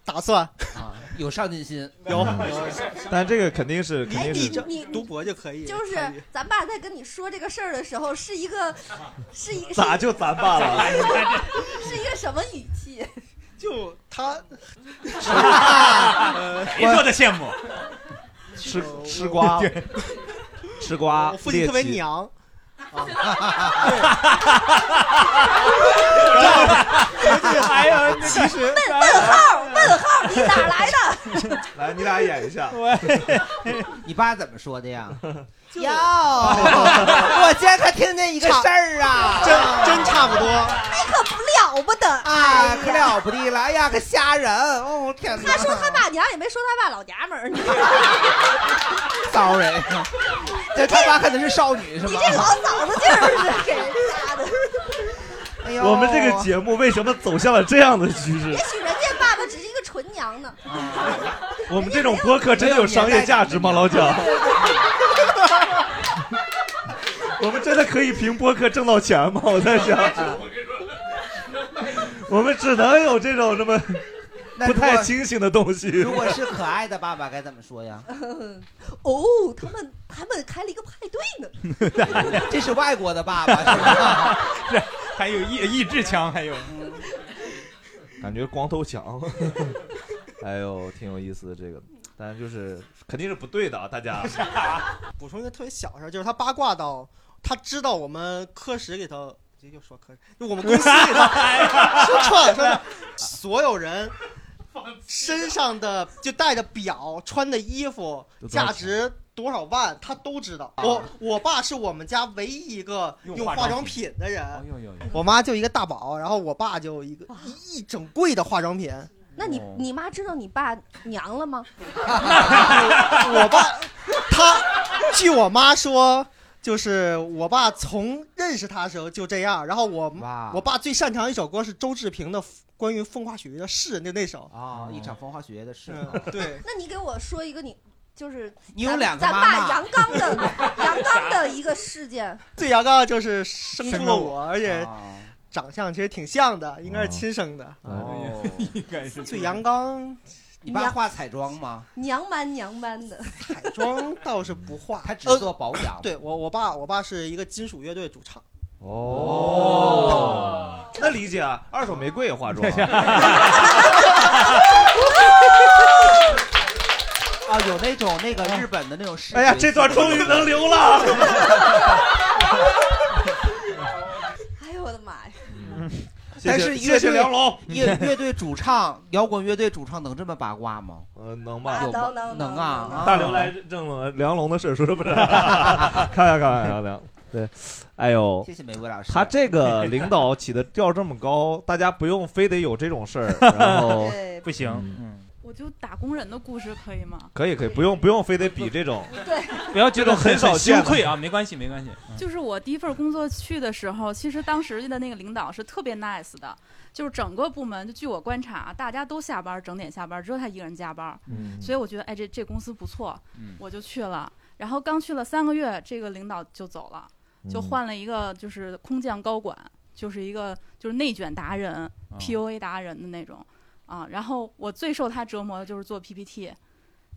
打算啊，有上进心，有但这个肯定是肯定哎你是你读博就可以，就是咱爸在跟你说这个事儿的时候，是 一个是一咋就咱爸了？是一个什么语气？就 他， 谁说的羡慕？吃吃瓜，吃瓜，我父亲特别猎 奇娘。哎呀，其实问问号问号，你哪来的？ 来，你俩演一下。 你爸怎么说的呀？哟，哦我今天可听见一个事儿啊，真真差不多。那哎可不了不得啊，可了不地了！哎呀，可吓人！哦，天哪！他说他爸娘也没说他爸老娘们儿， 你 sorry，这他爸可能是少女是吗？你这老嫂子劲啊儿是给人家的。哎呦，我们这个节目为什么走向了这样的趋势也？许人家爸爸只是一个纯娘呢。我们这种播客真的有商业价值吗，老蒋？我们真的可以凭播客挣到钱吗？我在想， 我们只能有这种什么那不如果太清醒的东 西。如果是可爱的爸爸该怎么说呀？哦，他们他们开了一个派对呢。这是外国的爸 爸是吧？还有意意志强，还有感觉光头强，哎呦，挺有意思的这个，但是就是肯定是不对的啊，大家。补充一个特别小的事儿，就是他八卦到他知道我们科室里头，这又说科室，就我们公司里头 说错了，说错了，所有人身上的就戴的表、穿的衣服都，啊知道价值多少万，他都知道。我我爸是我们家唯一一个用化化妆妆品品的人，哦呦呦呦我妈就一个大宝，然后我爸就一个一一整柜的化妆品。那你哦你妈知道你爸娘了吗？ 我爸，他， 据我妈说，就是我爸从认识他的时候就这样。然后我哦我爸最擅长一首歌是周志平的关于风化雪的事，那那首嗯啊，一场风花雪月的事。啊对，那你给我说一个你就是你有咱两个咱妈爸妈杨刚的 杨刚的一个事件，最阳刚的就是生出了生了我啊我，而且长相其实挺像的，应该是亲生的。啊哦，应该是最阳刚，你爸化彩妆吗？娘班娘班的。 彩妆倒是不化，他只做保养。对我，我爸，我爸是一个金属乐队主唱。哦，那理解啊，二手玫瑰也化 妆啊，啊，有那种那个日本的那种视频。哎呀，这段终于能留了。哎呦我的妈呀！嗯但是乐队梁龙， 乐乐队主唱，摇滚乐队主唱能这么八卦吗？呃，能吧？有吗能能啊！大刘来证了梁龙的事，说是不 是？看看看看梁梁，对，哎呦谢，谢玫瑰老师。他这个领导起的调这么高，大家不用非得有这种事儿，然后嗯不行，我就打工人的故事可以 吗？可以可以，不用不用非得比这种， 不要觉得很少羞见愧啊，没关系没关 系，嗯 就是我第一份工作去的时候，其实当时的那个领导是特别 nice 的，就是整个部门，就据我观察，大家都下班整点下班，只有他一个人加班，嗯所以我觉得哎这这公司不错，嗯我就去了。然后刚去了三个月，这个领导就走了，就嗯换了一个就是空降高管，就是一个就是内卷达人、PUA 啊达人的那种啊。然后我最受他折磨的就是做 PPT。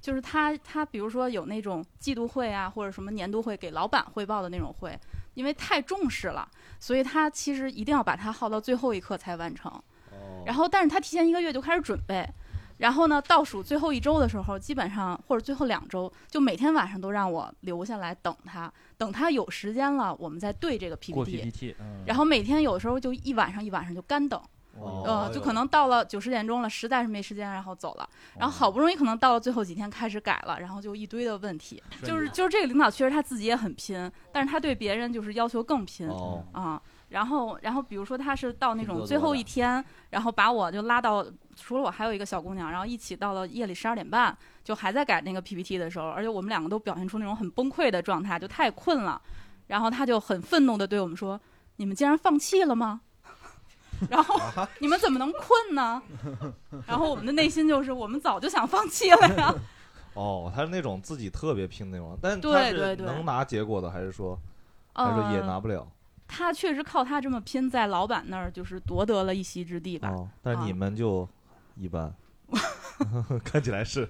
就是他，他比如说有那种季度会啊，或者什么年度会给老板汇报的那种会，因为太重视了，所以他其实一定要把它耗到最后一刻才完成。哦然后，但是他提前一个月就开始准备，然后呢，倒数最后一周的时候，基本上或者最后两周，就每天晚上都让我留下来等他，等他有时间了，我们再对这个过 PPT。 PPT，嗯然后每天有时候就一晚上一晚上就干等。哦哎呃，就可能到了九十点钟了，实在是没时间，然后走了。然后好不容易可能到了最后几天开始改了，然后就一堆的问题。就是就是这个领导确实他自己也很拼，但是他对别人就是要求更拼哦啊。然后然后比如说他是到那拼多种多最后的一天，然后把我就拉到除了我还有一个小姑娘，然后一起到了夜里十二点半，就还在改那个 PPT 的时候，而且我们两个都表现出那种很崩溃的状态，就太困了。然后他就很愤怒的对我们说：“你们竟然放弃了吗？然后啊你们怎么能困呢？”然后我们的内心就是，我们早就想放弃了呀。 哦，他是那种自己特别拼那种，但他对是对对能拿结果的，还是说，还是说也呃拿不了？他确实靠他这么拼，在老板那儿就是夺得了一席之地吧。啊哦，但是你们就一 般，看起来是。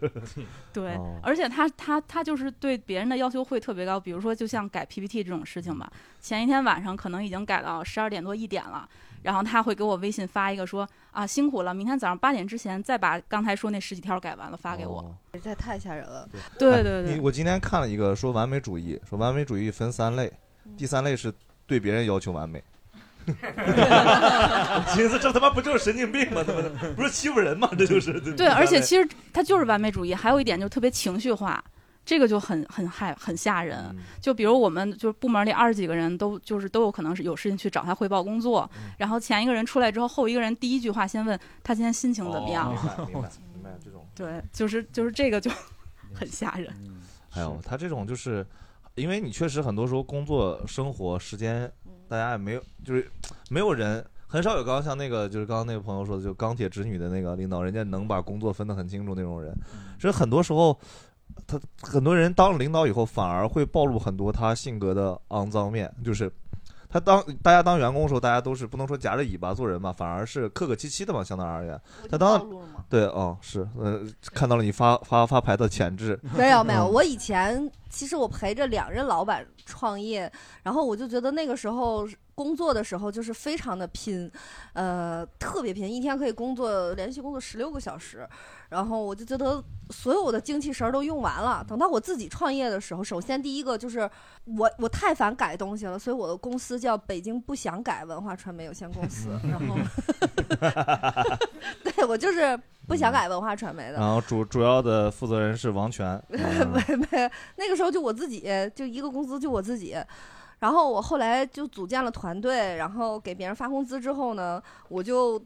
对，哦而且他他他就是对别人的要求会特别高，比如说就像改 PPT 这种事情吧，前一天晚上可能已经改到十二点多一点了，然后他会给我微信发一个说啊辛苦了，明天早上八点之前再把刚才说那十几条改完了发给我。这太吓人了。对哦哎对你对，我今天看了一个说完美主义，说完美主义分三类，嗯第三类是对别人要求 完美。 我寻思这他妈不就是神经病吗？他妈的不是欺负人吗？这就是对，而且其实他就是完美主义，还有一点就特别情绪化，这个就很很害很吓人。嗯就比如我们就是部门里二十几个人都就是都有可能是有事情去找他汇报工作，嗯然后前一个人出来之后，后一个人第一句话先问他今天心情怎么样。哦明白明白明白这种。 对，就是就是这个就 很吓人。哎呦，他这种就是，因为你确实很多时候工作、生活、时间，嗯大家也没有，就是没有人很少有刚刚像那个就是刚刚那个朋友说的，就钢铁直女的那个领导，人家能把工作分得很清楚那种人，嗯所以很多时候。他很多人当了领导以后，反而会暴露很多他性格的肮脏面。就是他当大家当员工的时候，大家都是不能说夹着尾巴做人嘛，反而是客客气气的嘛，相当而言。他当对哦是呃看到了你发发发牌的潜质，没有没有，嗯我以前其实我陪着两任老板创业，然后我就觉得那个时候工作的时候就是非常的拼，呃，特别拼，一天可以工作连续工作十六个小时，然后我就觉得所有的精气神儿都用完了。等到我自己创业的时候，首先第一个就是我我太烦改东西了，所以我的公司叫北京不想改文化传媒有限公司，然后 对我就是不想改文化传媒的，然后主主要的负责人是王 权，没没，那个时候就我自己，就一个公司就我自己。然后我后来就组建了团队，然后给别人发工资之后呢，我就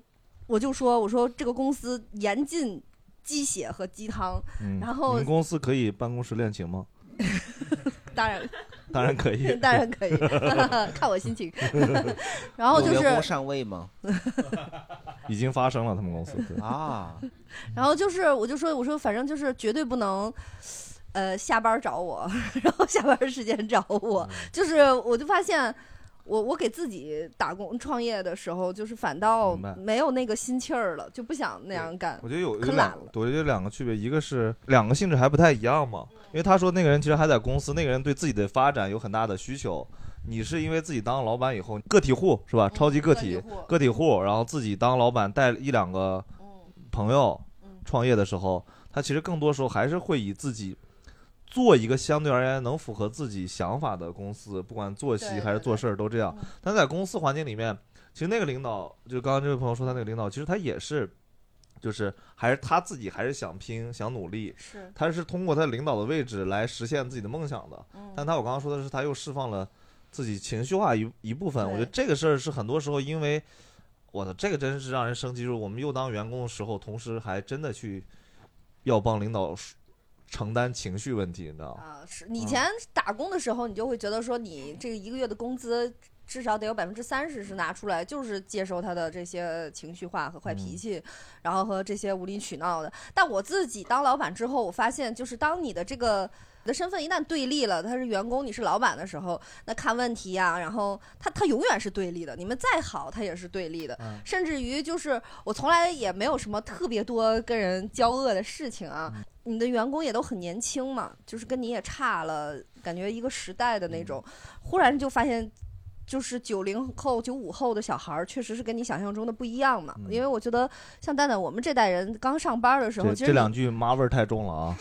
我就说我说这个公司严禁鸡血和鸡汤，嗯然后你们公司可以办公室恋情吗？当然，当然可以 当然可以，看我 心情。 然后就有员工是上位吗？已经发生了，他们公司啊，然后就是我就说我说反正就是绝对不能。呃，下班找我， 然后下班时间找嗯我，就是我就发现我我给自己打工创业的时候，就是反倒明白没有那个心气儿了，就不想那样干。我觉得有有可懒两，我觉得有两个区别，一个是两个性质还不太一样嘛，因为他说那个人其实还在公司，那个人对自己的发展有很大的需求。你是因为自己当老板以后，个体户是吧？超级个体，个体户，然后自己当老板带一两个朋友创业的时候，他其实更多时候还是会以自己做一个相对而言能符合自己想法的公司，不管做对息对还是做事儿都这样。但在公司环境里面，其实那个领导，就刚刚这位朋友说他那个领导，其实他也是，就是还是他自己还是想拼想努力，是他是通过他领导的位置来实现自己的梦想的。嗯但他我刚刚说的是，他又释放了自己情绪化一一部分。我觉得这个事儿是很多时候因为。我操，这个真是让人生气！就是我们又当员工的时候，同时还真的去要帮领导承担情绪问题，你知道吗？啊是你以前打工的时候，你就会觉得说你这一个月的工资至少得有百分之三十是拿出来，就是接收他的这些情绪化和嗯坏脾气，然后和这些无理取闹的。但我自己当老板之后，我发现就是当你的这个。你的身份一旦对立了，他是员工，你是老板的时候，那看问题呀、然后他他永远是对立的，你们再好，他也是对立的，嗯甚至于就是我从来也没有什么特别多跟人交恶的事情啊。你的员工也都很年轻嘛，就是跟你也差了，感觉一个时代的那种。忽然就发现，就是九零后、九五后的小孩儿，确实是跟你想象中的不一样嘛。嗯因为我觉得像蛋蛋我们这代人刚上班的时候，这其这实你两句妈味儿太重了啊！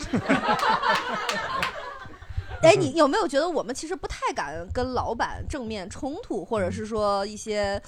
哎，嗯你有没有觉得我们其实不太嗯敢跟老板正面冲突，或者是说一些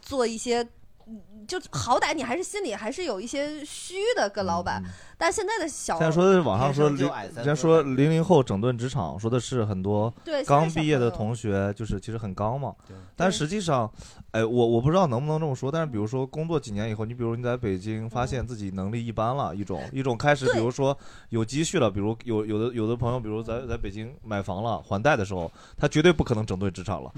做一些嗯就好歹你还是心里还是有一些虚的跟老板，但现在的嗯小现在说的是网上说哦天零生就矮，三人家说零零后整顿职场，说的是很多对现在刚小毕业的朋友同学，就是其实很刚嘛。但实际上，哎，我我不知道能不能这么说。但是比如说工作几年以后，你比如你在北京发嗯现自己能力一般了，一种一种开始，比如说有积蓄了，比如有有的有的朋友，比如在在北京买房了还贷的时候，他绝对不可能整顿职 场了。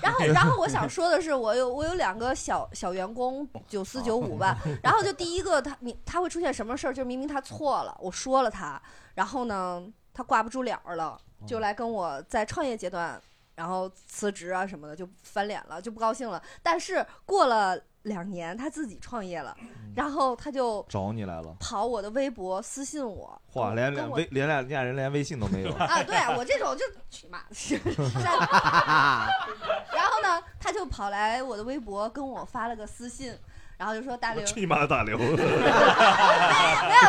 然后，然后我想说的是，我有我有两个小小员工，九四九五吧。然后就第一个他你他会出现什么事儿？就明明他错了，我说了他，然后呢他挂不住脸儿了，就来跟我在创业阶段，然后辞职啊什么的，就翻脸了，就不高兴了。但是过了两年，他自己创业了，然后他就找你来了，跑我的微博私信我，哇，连跟连我微连俩人家人连微信都没有啊， 对我这种就去妈的是。 然后呢，他就跑来我的微博跟我发了个私信，然后就说大刘， 去你妈的 大刘！没有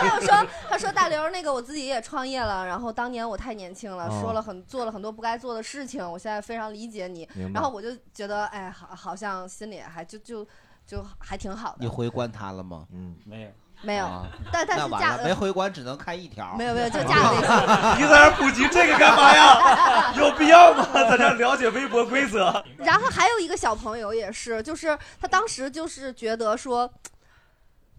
没有说，他说大刘那个我自己也创业了，然后当年我太年轻了，哦说了很做了很多不该做的事情，我现在非常理解你明。白然后我就觉得，哎，好，好像心里还就就就还挺好你的。回关他了吗？啊嗯，没有，没有但但是那完价了，没回关只能看一条。没有没有就 价格那你在这儿普及这个干嘛呀？ 有必要吗？在这儿了解微博规则。然后还有一个小朋友也是，就是他当时就是觉得说，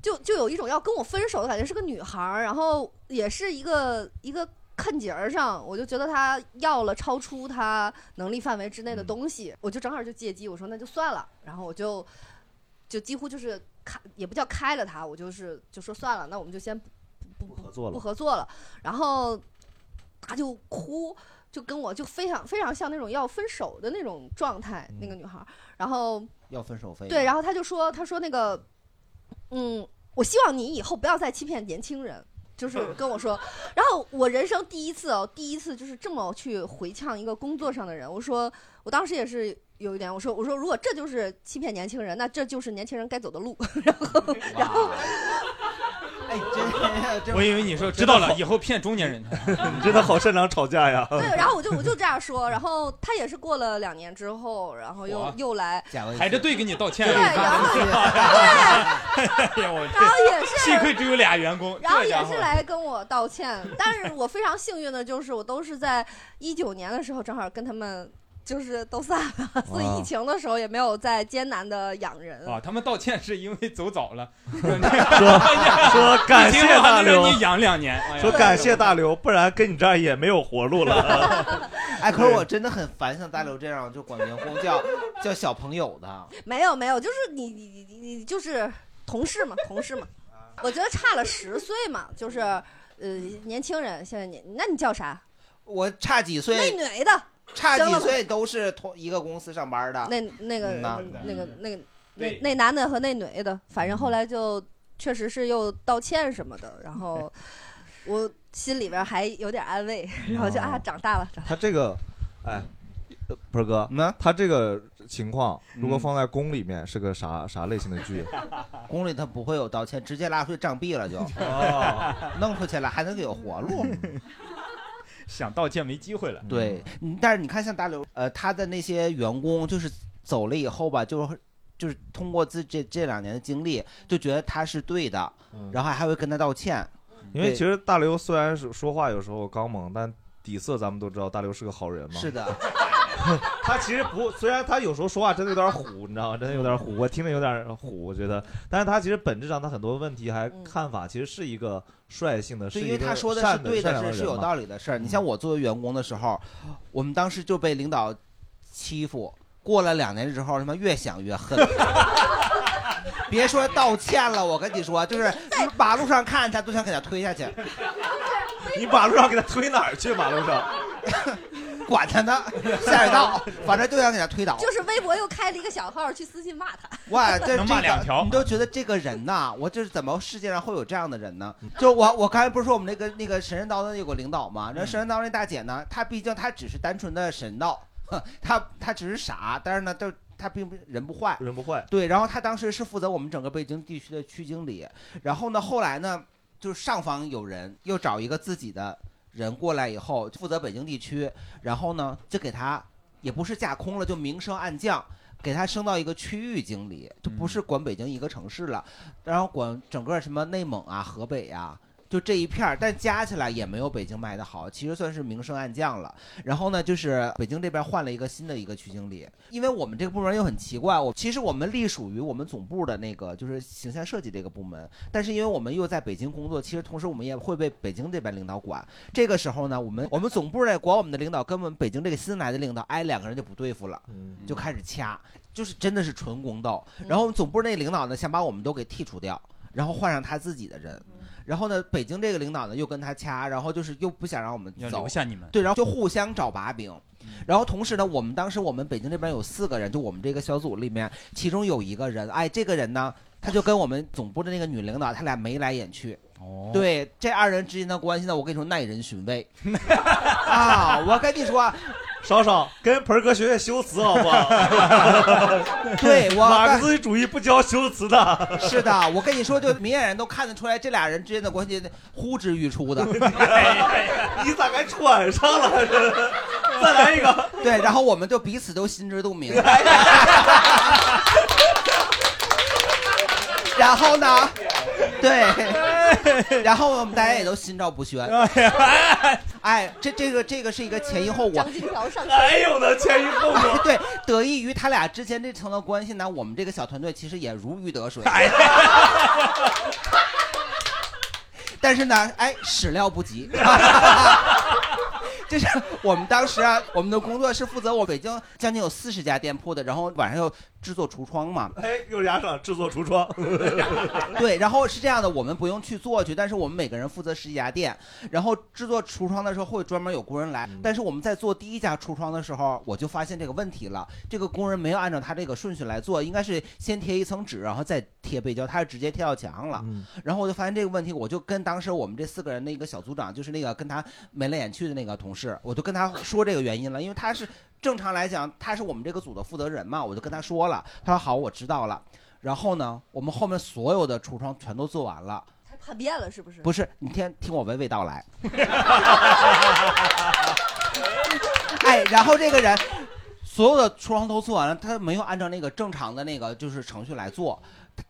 就就有一种要跟我分手的感觉，是个女孩儿，然后也是一个一个坎节儿上，我就觉得她要了超出她能力范围之内的东西，我就正好就借机我说那就算了，然后我就就几乎就是开也不叫开了她，我就是就说算了，那我们就先不合作不合作了，然后她就哭，就跟我就非常非常像那种要分手的那种状态，那个女孩儿，然后要分手费。对，然后她就说，她说那个，嗯，我希望你以后不要再欺骗年轻人。就是跟我说，然后我人生第一次哦，第一次就是这么去回呛一个工作上的人。我说，我当时也是有一点，我说，我说如果这就是欺骗年轻人，那这就是年轻人该走的路。 呃我以为你说知道了，以后骗中年人。 你真的好擅长吵架呀！嗯对，然后我就我就这样说，然后他也是过了两年之后，然后又哇又来，排着队给你道歉。对然后对， 哎呀，我这然后也是幸亏只有俩员工，然后这也家伙是来跟我道歉，但是我非常幸运的就是，我都是在一九年的时候，正好跟他们就是都散了，所以疫情的时候也没有在艰难的养人。啊，他们道歉是因为走早了， 说感谢大你听刘我让你养两年，哎呀说感谢大刘，不然跟你这儿也没有活路了。哎，可是我真的很烦像大刘这样就管员工叫叫小朋友的。 没有没有，就是你你你你你就是同事嘛，同事嘛，啊我觉得差了十岁嘛，就是呃年轻人现在你那你叫啥？我差几那岁，女的，差行几了吧岁都是同一个公司上班的。那那个嗯呐那个那个那那男的和那女的，反正后来就确实是又道歉什么的，然 后我心里边还有点安慰， 然后就啊长大了，长大 了他这个，哎，呃鹏儿哥，那他这个情况如果放在宫里面是个啥啥类型的 剧？宫里他不会有道歉，直接拉出去杖毙了就。哦， 弄出去了还能有活路？ 想道歉没机会了。对，嗯但是你看像大刘，呃，他的那些员工就是走了以后吧，就是就是通过自这这两年的经历，就觉得他是对的，然后还会跟他道歉。嗯因为对其实大刘虽然是说话有时候刚猛，但底色咱们都知道大刘是个好人嘛。是的， 他其实不，虽然他有时候说话真的有点虎，你知道吗？真的有点虎，我听着有点虎，我觉得。但是他其实本质上他很多问题还看法，其实是一个率性的，嗯是对，一因为个他说的是善对善的良事，是的人有嘛嗯道理的事儿。你像我 作为员工的时候，我们当时就被领导欺负，过了两年之后，他妈越想越 恨。别说道歉了，我跟你说，就是马路上看见他都想给他推下去。你马路上给他推哪儿去？马路上， 管他呢，下水道，反正就想给他推倒。就是微博又开了一个小号去私信骂他， 哇，这能这个你都觉得这个人呐、我就是怎么世界上会有这样的人嗯呢？就我我刚才不是说我们那个那个神人刀的有个领导吗？嗯然后神人刀那大姐呢，她毕竟她只是单纯的神道，呵她她只是傻，但是呢，就她并不人不坏，人不坏。对，然后她当时是负责我们整个北京地区的区经理，然后呢，后来呢，就是上方有人又找一个自己的人过来以后，负责北京地区，然后呢，就给他也不是架空了，就明升暗降。给他升到一个区域经理，就不是管北京一个城市了，然后管整个什么内蒙啊、河北啊。就这一片儿，但加起来也没有北京卖的好，其实算是明升暗降了。然后呢，就是北京这边换了一个新的一个区经理，因为我们这个部门又很奇怪，我其实我们隶属于我们总部的那个就是形象设计这个部门，但是因为我们又在北京工作，其实同时我们也会被北京这边领导管。这个时候呢，我们我们总部在管我们的领导，跟我们北京这个新来的领导，哎，两个人就不对付了，就开始掐，就是真的是纯宫斗。然后我们总部那领导呢，想把我们都给剔除掉，然后换上他自己的人。然后呢，北京这个领导呢又跟他掐，然后就是又不想让我们要走，留下你们对，然后就互相找把柄。然后同时呢，我们当时我们北京这边有四个人，就我们这个小组里面，其中有一个人，哎，这个人呢，他就跟我们总部的那个女领导，他俩眉来眼去。哦对，这二人之间的关系呢，我跟你说耐人寻 味啊！我跟你说，少少跟盆儿哥学学修辞好不好？ 对我马克思主义不教修辞的。 是的，我跟你说，就明眼人都看得出来，这俩人之间的关系呼之欲出 的。哎你咋还喘上了？ 再来一个。 对，然后我们就彼此都心知肚 明。然后 呢？哎对， 然后我们大家也都心照不宣。哎，这这个这个是一个前因后果。张金 条上身哎呦我的天，哎 对，得益于他俩之间这层的关系呢，我们这个小团队其实也如鱼得水。 但是呢，哎，始料不及。就是我们当时啊，我们的工作是负责我北京将近有四十家店铺的，然后晚上又制作橱窗嘛。哎，又加上制作橱窗。对，然后是这样的，我们不用去做去，但是我们每个人负责十几家店，然后制作橱窗的时候会专门有工人来，嗯但是我们在做第一家橱窗的时候，我就发现这个问题了，这个工人没有按照他这个顺序来做，应该是先贴一层纸，然后再贴背胶，他是直接贴到墙上了，然后我就发现这个问题，我就跟当时我们这四个人的一个小组长，就是那个跟他眉来眼去的那个同事，我就跟他说这个原因了，因为他是正常来讲他是我们这个组的负责人嘛，我就跟他说了，他说好，我知道了。然后呢，我们后面所有的橱窗全都做完了。他叛变了是不是？不是，你听听我娓娓道来。哎，然后这个人所有的橱窗都做完了，他没有按照那个正常的那个就是程序来做。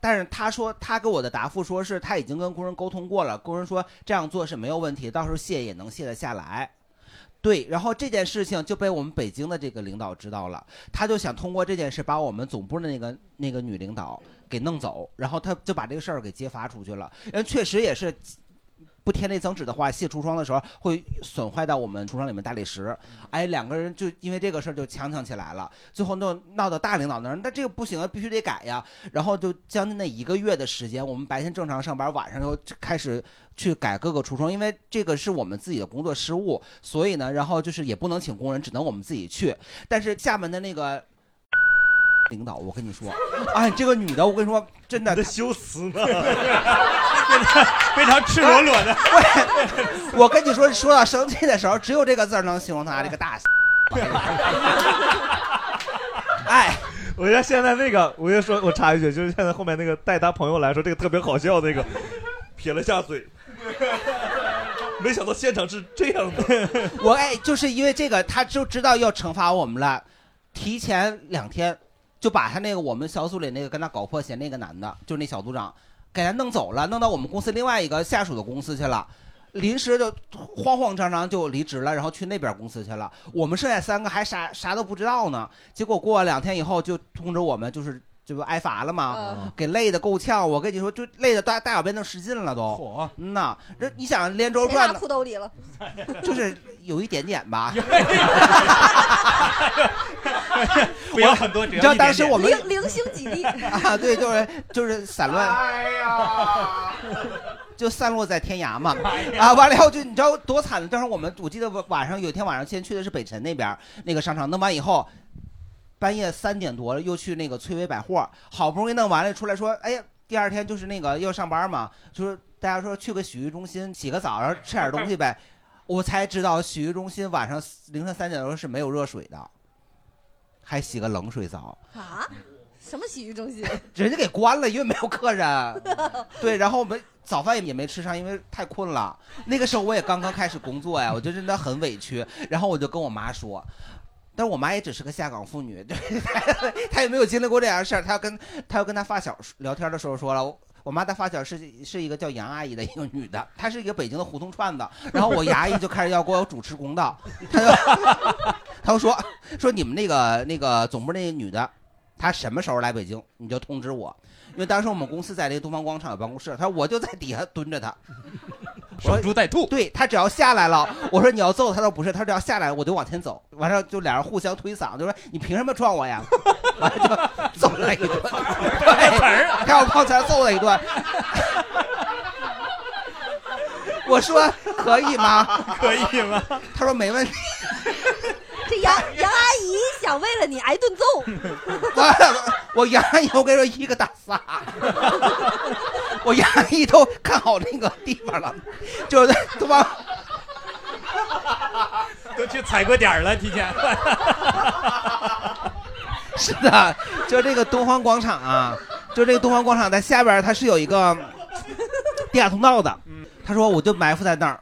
但是他说，他给我的答复说是他已经跟工人沟通过了，工人说这样做是没有问题，到时候卸也能卸得下来。对，然后这件事情就被我们北京的这个领导知道了，他就想通过这件事把我们总部的那个那个女领导给弄走，然后他就把这个事儿给揭发出去了。因为确实也是不贴那层纸的话，卸橱窗的时候会损坏到我们橱窗里面大理石。哎，两个人就因为这个事儿就呛呛起来了，最后闹闹到大领导那儿，那这个不行啊，必须得改呀。然后就将近那一个月的时间，我们白天正常上班，晚上又开始去改各个橱窗，因为这个是我们自己的工作失误，所以呢，然后就是也不能请工人，只能我们自己去。但是厦门的那个领导，我跟你说，哎，这个女的，我跟你说，真的，修辞呢， 非常赤裸裸 的。 我跟你说，说到生气的时候，只有这个字儿能形容她这个大 哎，我觉得现在那个，我就说，我插一句，就是现在后面那个带他朋友来说，这个特别好笑，那个撇了下嘴， 没想到现场是这样的。 我哎，就是因为这个，他就知道要惩罚我们了，提前两天就把他那个我们小组里那个跟他搞破鞋那个男的，就是那小组长，给他弄走了，弄到我们公司另外一个下属的公司去了。临时就慌慌张张就离职了，然后去那边公司去了。我们剩下三个还啥啥都不知道呢。结果过了两天以后就通知我们，就是这不挨罚了吗嗯？给累得够呛。我跟你说，就累得大大小便都失禁了都。嗯呐，这你想连轴谁转拿呢裤兜里 了？就是有一点点吧。 不要很多，只你知道当时我们零零星几 粒啊，对，就是就是散乱，哎呀，就散落在天涯嘛。啊，完了以后就你知道多惨的，当时我们我记得晚上有一天晚上先去的是北辰那边那个商场，弄完以后。半夜三点多了，又去那个翠微百货，好不容易弄完了，出来说，哎呀，第二天就是那个要上班嘛，就是大家说去个洗浴中心洗个澡，然后吃点东西呗。我才知道洗浴中心晚上凌晨三点多是没有热水的，还洗个冷水澡。 啊？什么洗浴中心？ 人家给关了，因为没有客人。 对，然后我们早饭也没吃上，因为太困了。那个时候我也刚刚开始工作呀，我就真的很委屈。然后我就跟我妈说，但是我妈也只是个下岗妇女， 对，她也没有经历过这样的事儿。她要跟她要跟她发小聊天的时候说了，我我妈她发小是是一个叫杨阿姨的一个女的，她是一个北京的胡同串子。然后我牙医就开始要给我主持公道，她就 她就说说你们那个那个总部那女的，她什么时候来北京，你就通知我，因为当时我们公司在那个东方广场有办公室，她说我就在底下蹲着 她。守株待兔。对他只要下来了，我说你要揍他，他说不是，他只要下来我就往前走。完事儿就俩人互相推搡，就说你凭什么撞我呀？完了就揍了一 顿，对，开我炮前揍了一顿。我说可以吗？可以吗？他说没问题。这杨杨阿姨想为了你挨顿揍，完了， 我牙医我跟你说一个大撒， 我牙医都看好那个地方了，就是 他 妈都去踩过点儿了，提前。是的，就这个东方广场啊，就这个东方广场在下边儿它是有一个地下通道的。他说我就埋伏在那儿，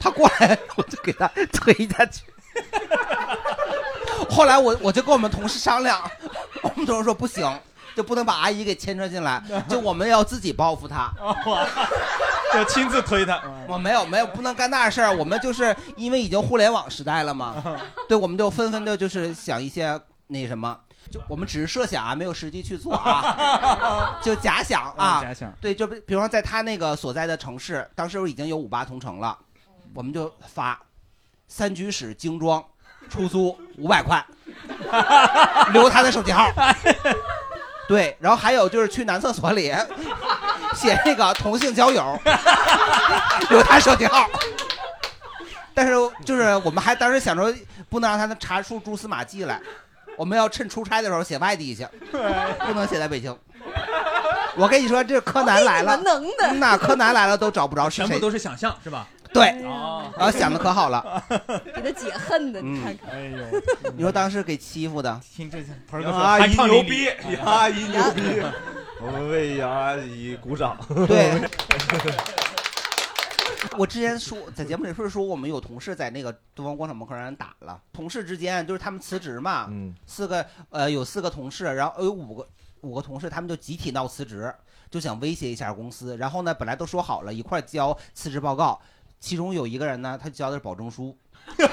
他过来我就给他推下去。后来我我就跟我们同事商量，我们同事说不行，就不能把阿姨给牵扯进来，就我们要自己报复他。就亲自推他。 我没有没有不能干那事儿，我们就是因为已经互联网时代了 嘛，对，我们就纷纷的就是想一些那什么，就我们只是设想啊，没有实际去做 啊，就假想啊，嗯假想对，就比比方在他那个所在的城市，当时已经有五八同城了，我们就发三居室精装出租五百块，留他的手机号。 对，然后还有就是去男厕所里写那个同性交友，留他手机号。但是就是我们还当时想着不能让他查出蛛丝马迹来，我们要趁出差的时候写外地去， 不能写在北京。我跟你说，这柯南来了，我哦给你们能的嗯呐，柯南来了都找不着是全谁，部都是想象，是吧？对，哦然后想啊的可好嗯了。 给他解恨的，你看看。哎呦，你说当时给欺负的，听这杨盆阿姨啊牛逼，哎杨阿姨牛逼，哎 我们为杨阿姨鼓掌。 对， 我之前说在节目里不是说我们有同事在那个东方广场门口让人打了，同事之间就是他们辞职嘛，四个呃有四个同事，然后有五个五个同事他们就集体闹辞职，就想威胁一下公司。然后呢，本来都说好了一块儿交辞职报告，其中有一个人呢，他交的是保证书，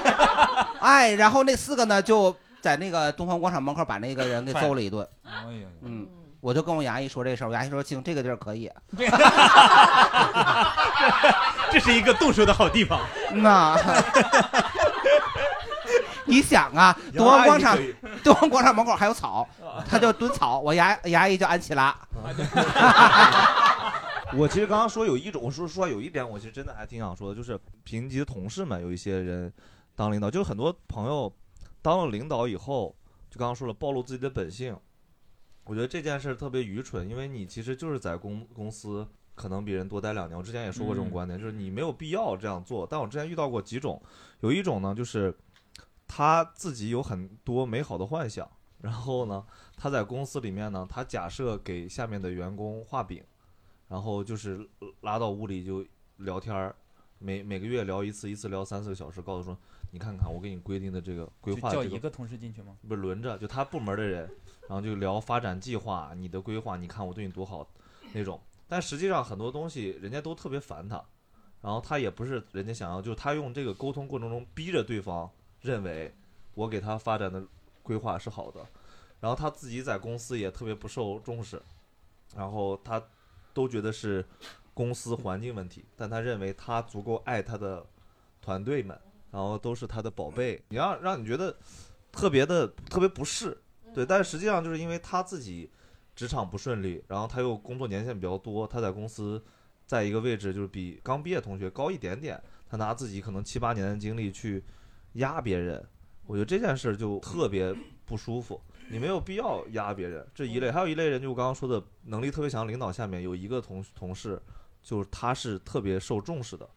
哎，然后那四个呢就在那个东方广场门口把那个人给揍了一顿。哎呦，嗯，我就跟我牙医说这事儿，我牙医说行，这个地儿可 以。这是一个动手的好地方。 那，你想啊，东方广场杨阿姨，东方广场门口还有草，他就蹲草，我牙牙医叫安琪拉。哦我其实刚刚说有一种，我说实话有一点，我是真的还挺想说的，就是平级的同事们有一些人当领导，就是很多朋友当了领导以后，就刚刚说了暴露自己的本性，我觉得这件事儿特别愚蠢，因为你其实就是在公公司可能比人多待两年。我之前也说过这种观点，就是你没有必要这样做。但我之前遇到过几种，有一种呢就是他自己有很多美好的幻想，然后呢他在公司里面呢，他假设给下面的员工画饼，然后就是拉到屋里就聊天儿。每每个月聊一次，一次聊三四个小时，告诉说，你看看我给你规定的这个规就划、这叫个，一个同事进去吗？不是轮着，就他部门的人，然后就聊发展计划、你的规划，你看我对你多好那种。但实际上很多东西人家都特别烦他，然后他也不是人家想要，就是他用这个沟通过程中逼着对方认为我给他发展的规划是好的，然后他自己在公司也特别不受重视，然后他都觉得是公司环境问题，但他认为他足够爱他的团队们，然后都是他的宝贝，你让让你觉得特别的特别不适，对，但是实际上就是因为他自己职场不顺利，然后他又工作年限比较多，他在公司在一个位置就是比刚毕业同学高一点点，他拿自己可能七八年的经历去压别人，我觉得这件事就特别不舒服。你没有必要压别人，这一类，还有一类人，就我刚刚说的，能力特别强的领导下面有一个同同事，就是他是特别受重视的，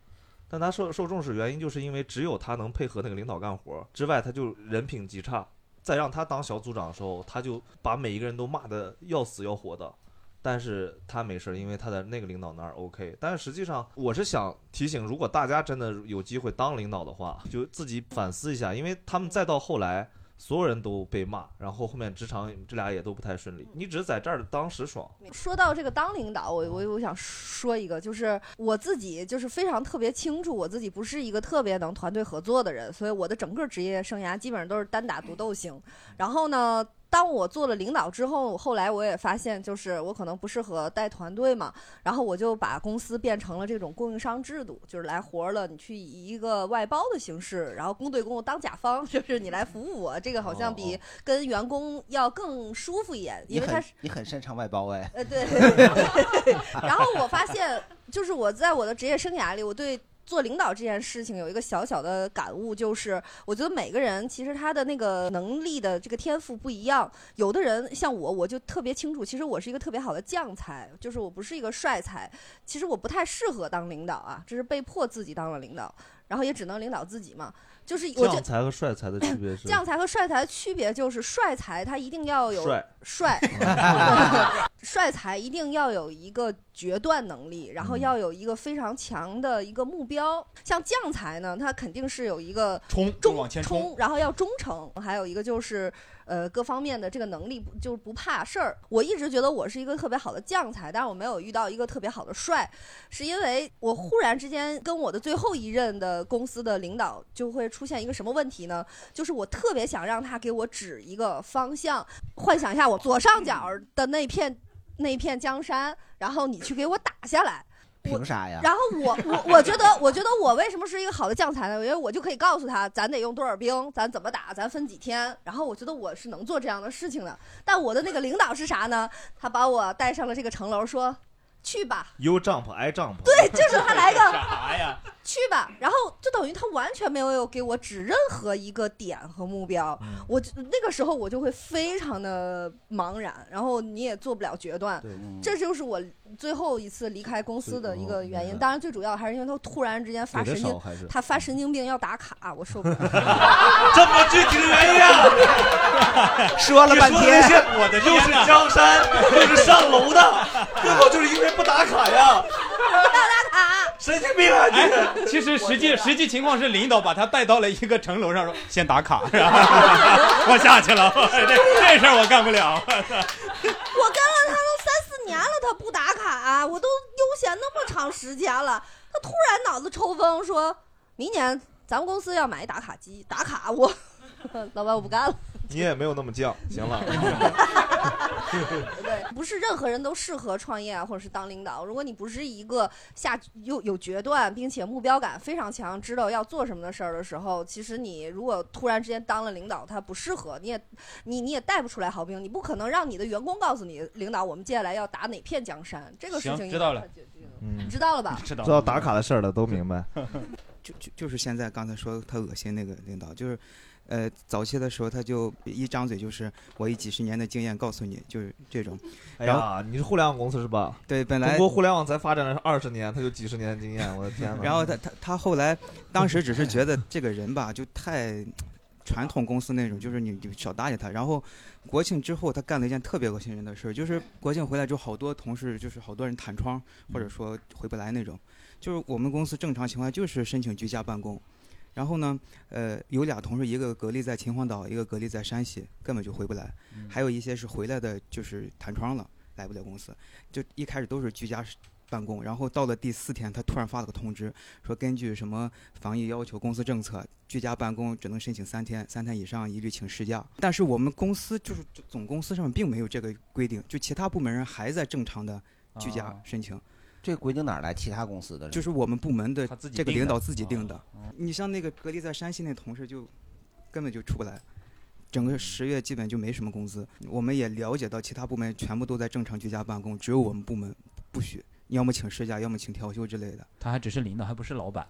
但他受受重视原因就是因为只有他能配合那个领导干活儿，之外他就人品极差。再让他当小组长的时候，他就把每一个人都骂得要死要活的，但是他没事儿，因为他在那个领导那儿 OK。但是实际上，我是想提醒，如果大家真的有机会当领导的话，就自己反思一下，因为他们再到后来，所有人都被骂，然后后面职场这俩也都不太顺利。你只是在这儿当时爽，说到这个当领导，我我我想说一个，就是我自己就是非常特别清楚，我自己不是一个特别能团队合作的人，所以我的整个职业生涯基本上都是单打独斗型。然后呢，当我做了领导之后，后来我也发现，就是我可能不适合带团队嘛，然后我就把公司变成了这种供应商制度，就是来活儿了，你去以一个外包的形式，然后公对公当甲方， 就是你来服务我，这个好像比跟员工要更舒服一点，哦你因为他很是你很擅长外包哎，呃，对。 对然后我 发现，就是我在我的职业生涯里，我对做领导这件事情有一个小小的感悟，就是我觉得每个人其实他的那个能力的这个天赋不一样。有的人像我，我就特别清楚，其实我是一个特别好的将才，就是我不是一个帅才，其实我不太适合当领导啊，这是被迫自己当了领导，然后也只能领导自己嘛。就是我觉将才和帅才的区别是，将才和帅才的区别就是，帅才他一定要有帅帅，帅才一定要有一个决断能力，嗯然后要有一个非常强的一个目标。像将才呢，他肯定是有一个冲就往前冲，然后要忠诚，还有一个就是呃各方面的这个能力，就是不怕事儿。我一直觉得我是一个特别好的将才，但是我没有遇到一个特别好的帅，是因为我忽然之间跟我的最后一任的公司的领导就会出现一个什么问题呢？就是我特别想让他给我指一个方向，幻想一下我左上角的那片那片江山，然后你去给我打下来。凭啥呀？然后我我我觉得，我觉得我为什么是一个好的将才呢？因为我就可以告诉他，咱得用多少兵，咱怎么打，咱分几天。然后我觉得我是能做这样的事情的。但我的那个领导是啥呢？他把我带上了这个城楼，说：“去吧， You jump, I jump。对， 就是他来个啥呀？去吧，然后就等于他完全没有给我指任何一个点和目标，嗯我就那个时候我就会非常的茫然，然后你也做不了决断对嗯，这就是我最后一次离开公司的一个原因。当然，最主要还是因为他突然之间发给神的经少还是，他发神经病要打卡，我受 不了。这么具体的原因啊！ 说了半天我的又是江山，又是上楼的，最后就是因为不打卡呀！神经病啊哎你！其实实际实际情况是，领导把他带到了一个城楼上，说先打卡， 然后哎我下 去了，这这事儿我干不了。 我跟了他都三四年了，他不打卡、啊我都悠闲那么长时间了，他突然脑子抽风，说明年咱们公司要买一打卡机，打卡我， 老板我不干了。你也没有那么犟，行 了。对，不是任何人都适合创业啊，或者是当领导。如果你不是一个下有有决断，并且目标感非常强，知道要做什么的事儿的时候，其实你如果突然之间当了领导，他不适合，你也你你也带不出来好兵，你不可能让你的员工告诉你，领导我们接下来要打哪片江山，这个事情行也知道了很决定嗯知道了吧？ 知知道打卡的事儿了，都明白。 就就就是现在刚才说他恶心那个领导，就是，呃，早期的时候他就一张嘴就是我以几十年的经验告诉你，就是这种。哎然后呀，你是互联网公司是吧？对，本来中国互联网才发展了二十年，他有几十年的经验，我的天哪！然后他他他后来，当时只是觉得这个人吧，就太传统公司那种，就是你就少搭理他。然后国庆之后，他干了一件特别恶心人的事儿，就是国庆回来之后，好多同事就是好多人弹窗，或者说回不来那种。就是我们公司正常情况下就是申请居家办公，然后呢，呃，有俩同事，一个隔离在秦皇岛，一个隔离在山西，根本就回不来。嗯还有一些是回来的，就是弹窗了，来不了公司。就一开始都是居家办公，然后到了第四天，他突然发了个通知，说根据什么防疫要求、公司政策，居家办公只能申请三天，三天以上一律请事假。但是我们公司就是总公司上面并没有这个规定，就其他部门人还在正常的居家啊申请。这规定哪儿来？其他公司的就是我们部门的自己这个定领的啊哦导自己定的。你像那个隔离在山西那同事就根本就出不来，整嗯个十月基本就没什么工资。我们也了解到其他部门全部都在正常居家办公，只有我们部门不许，要么请事假，要么请调休之类的。他还只是领导，还不是老板。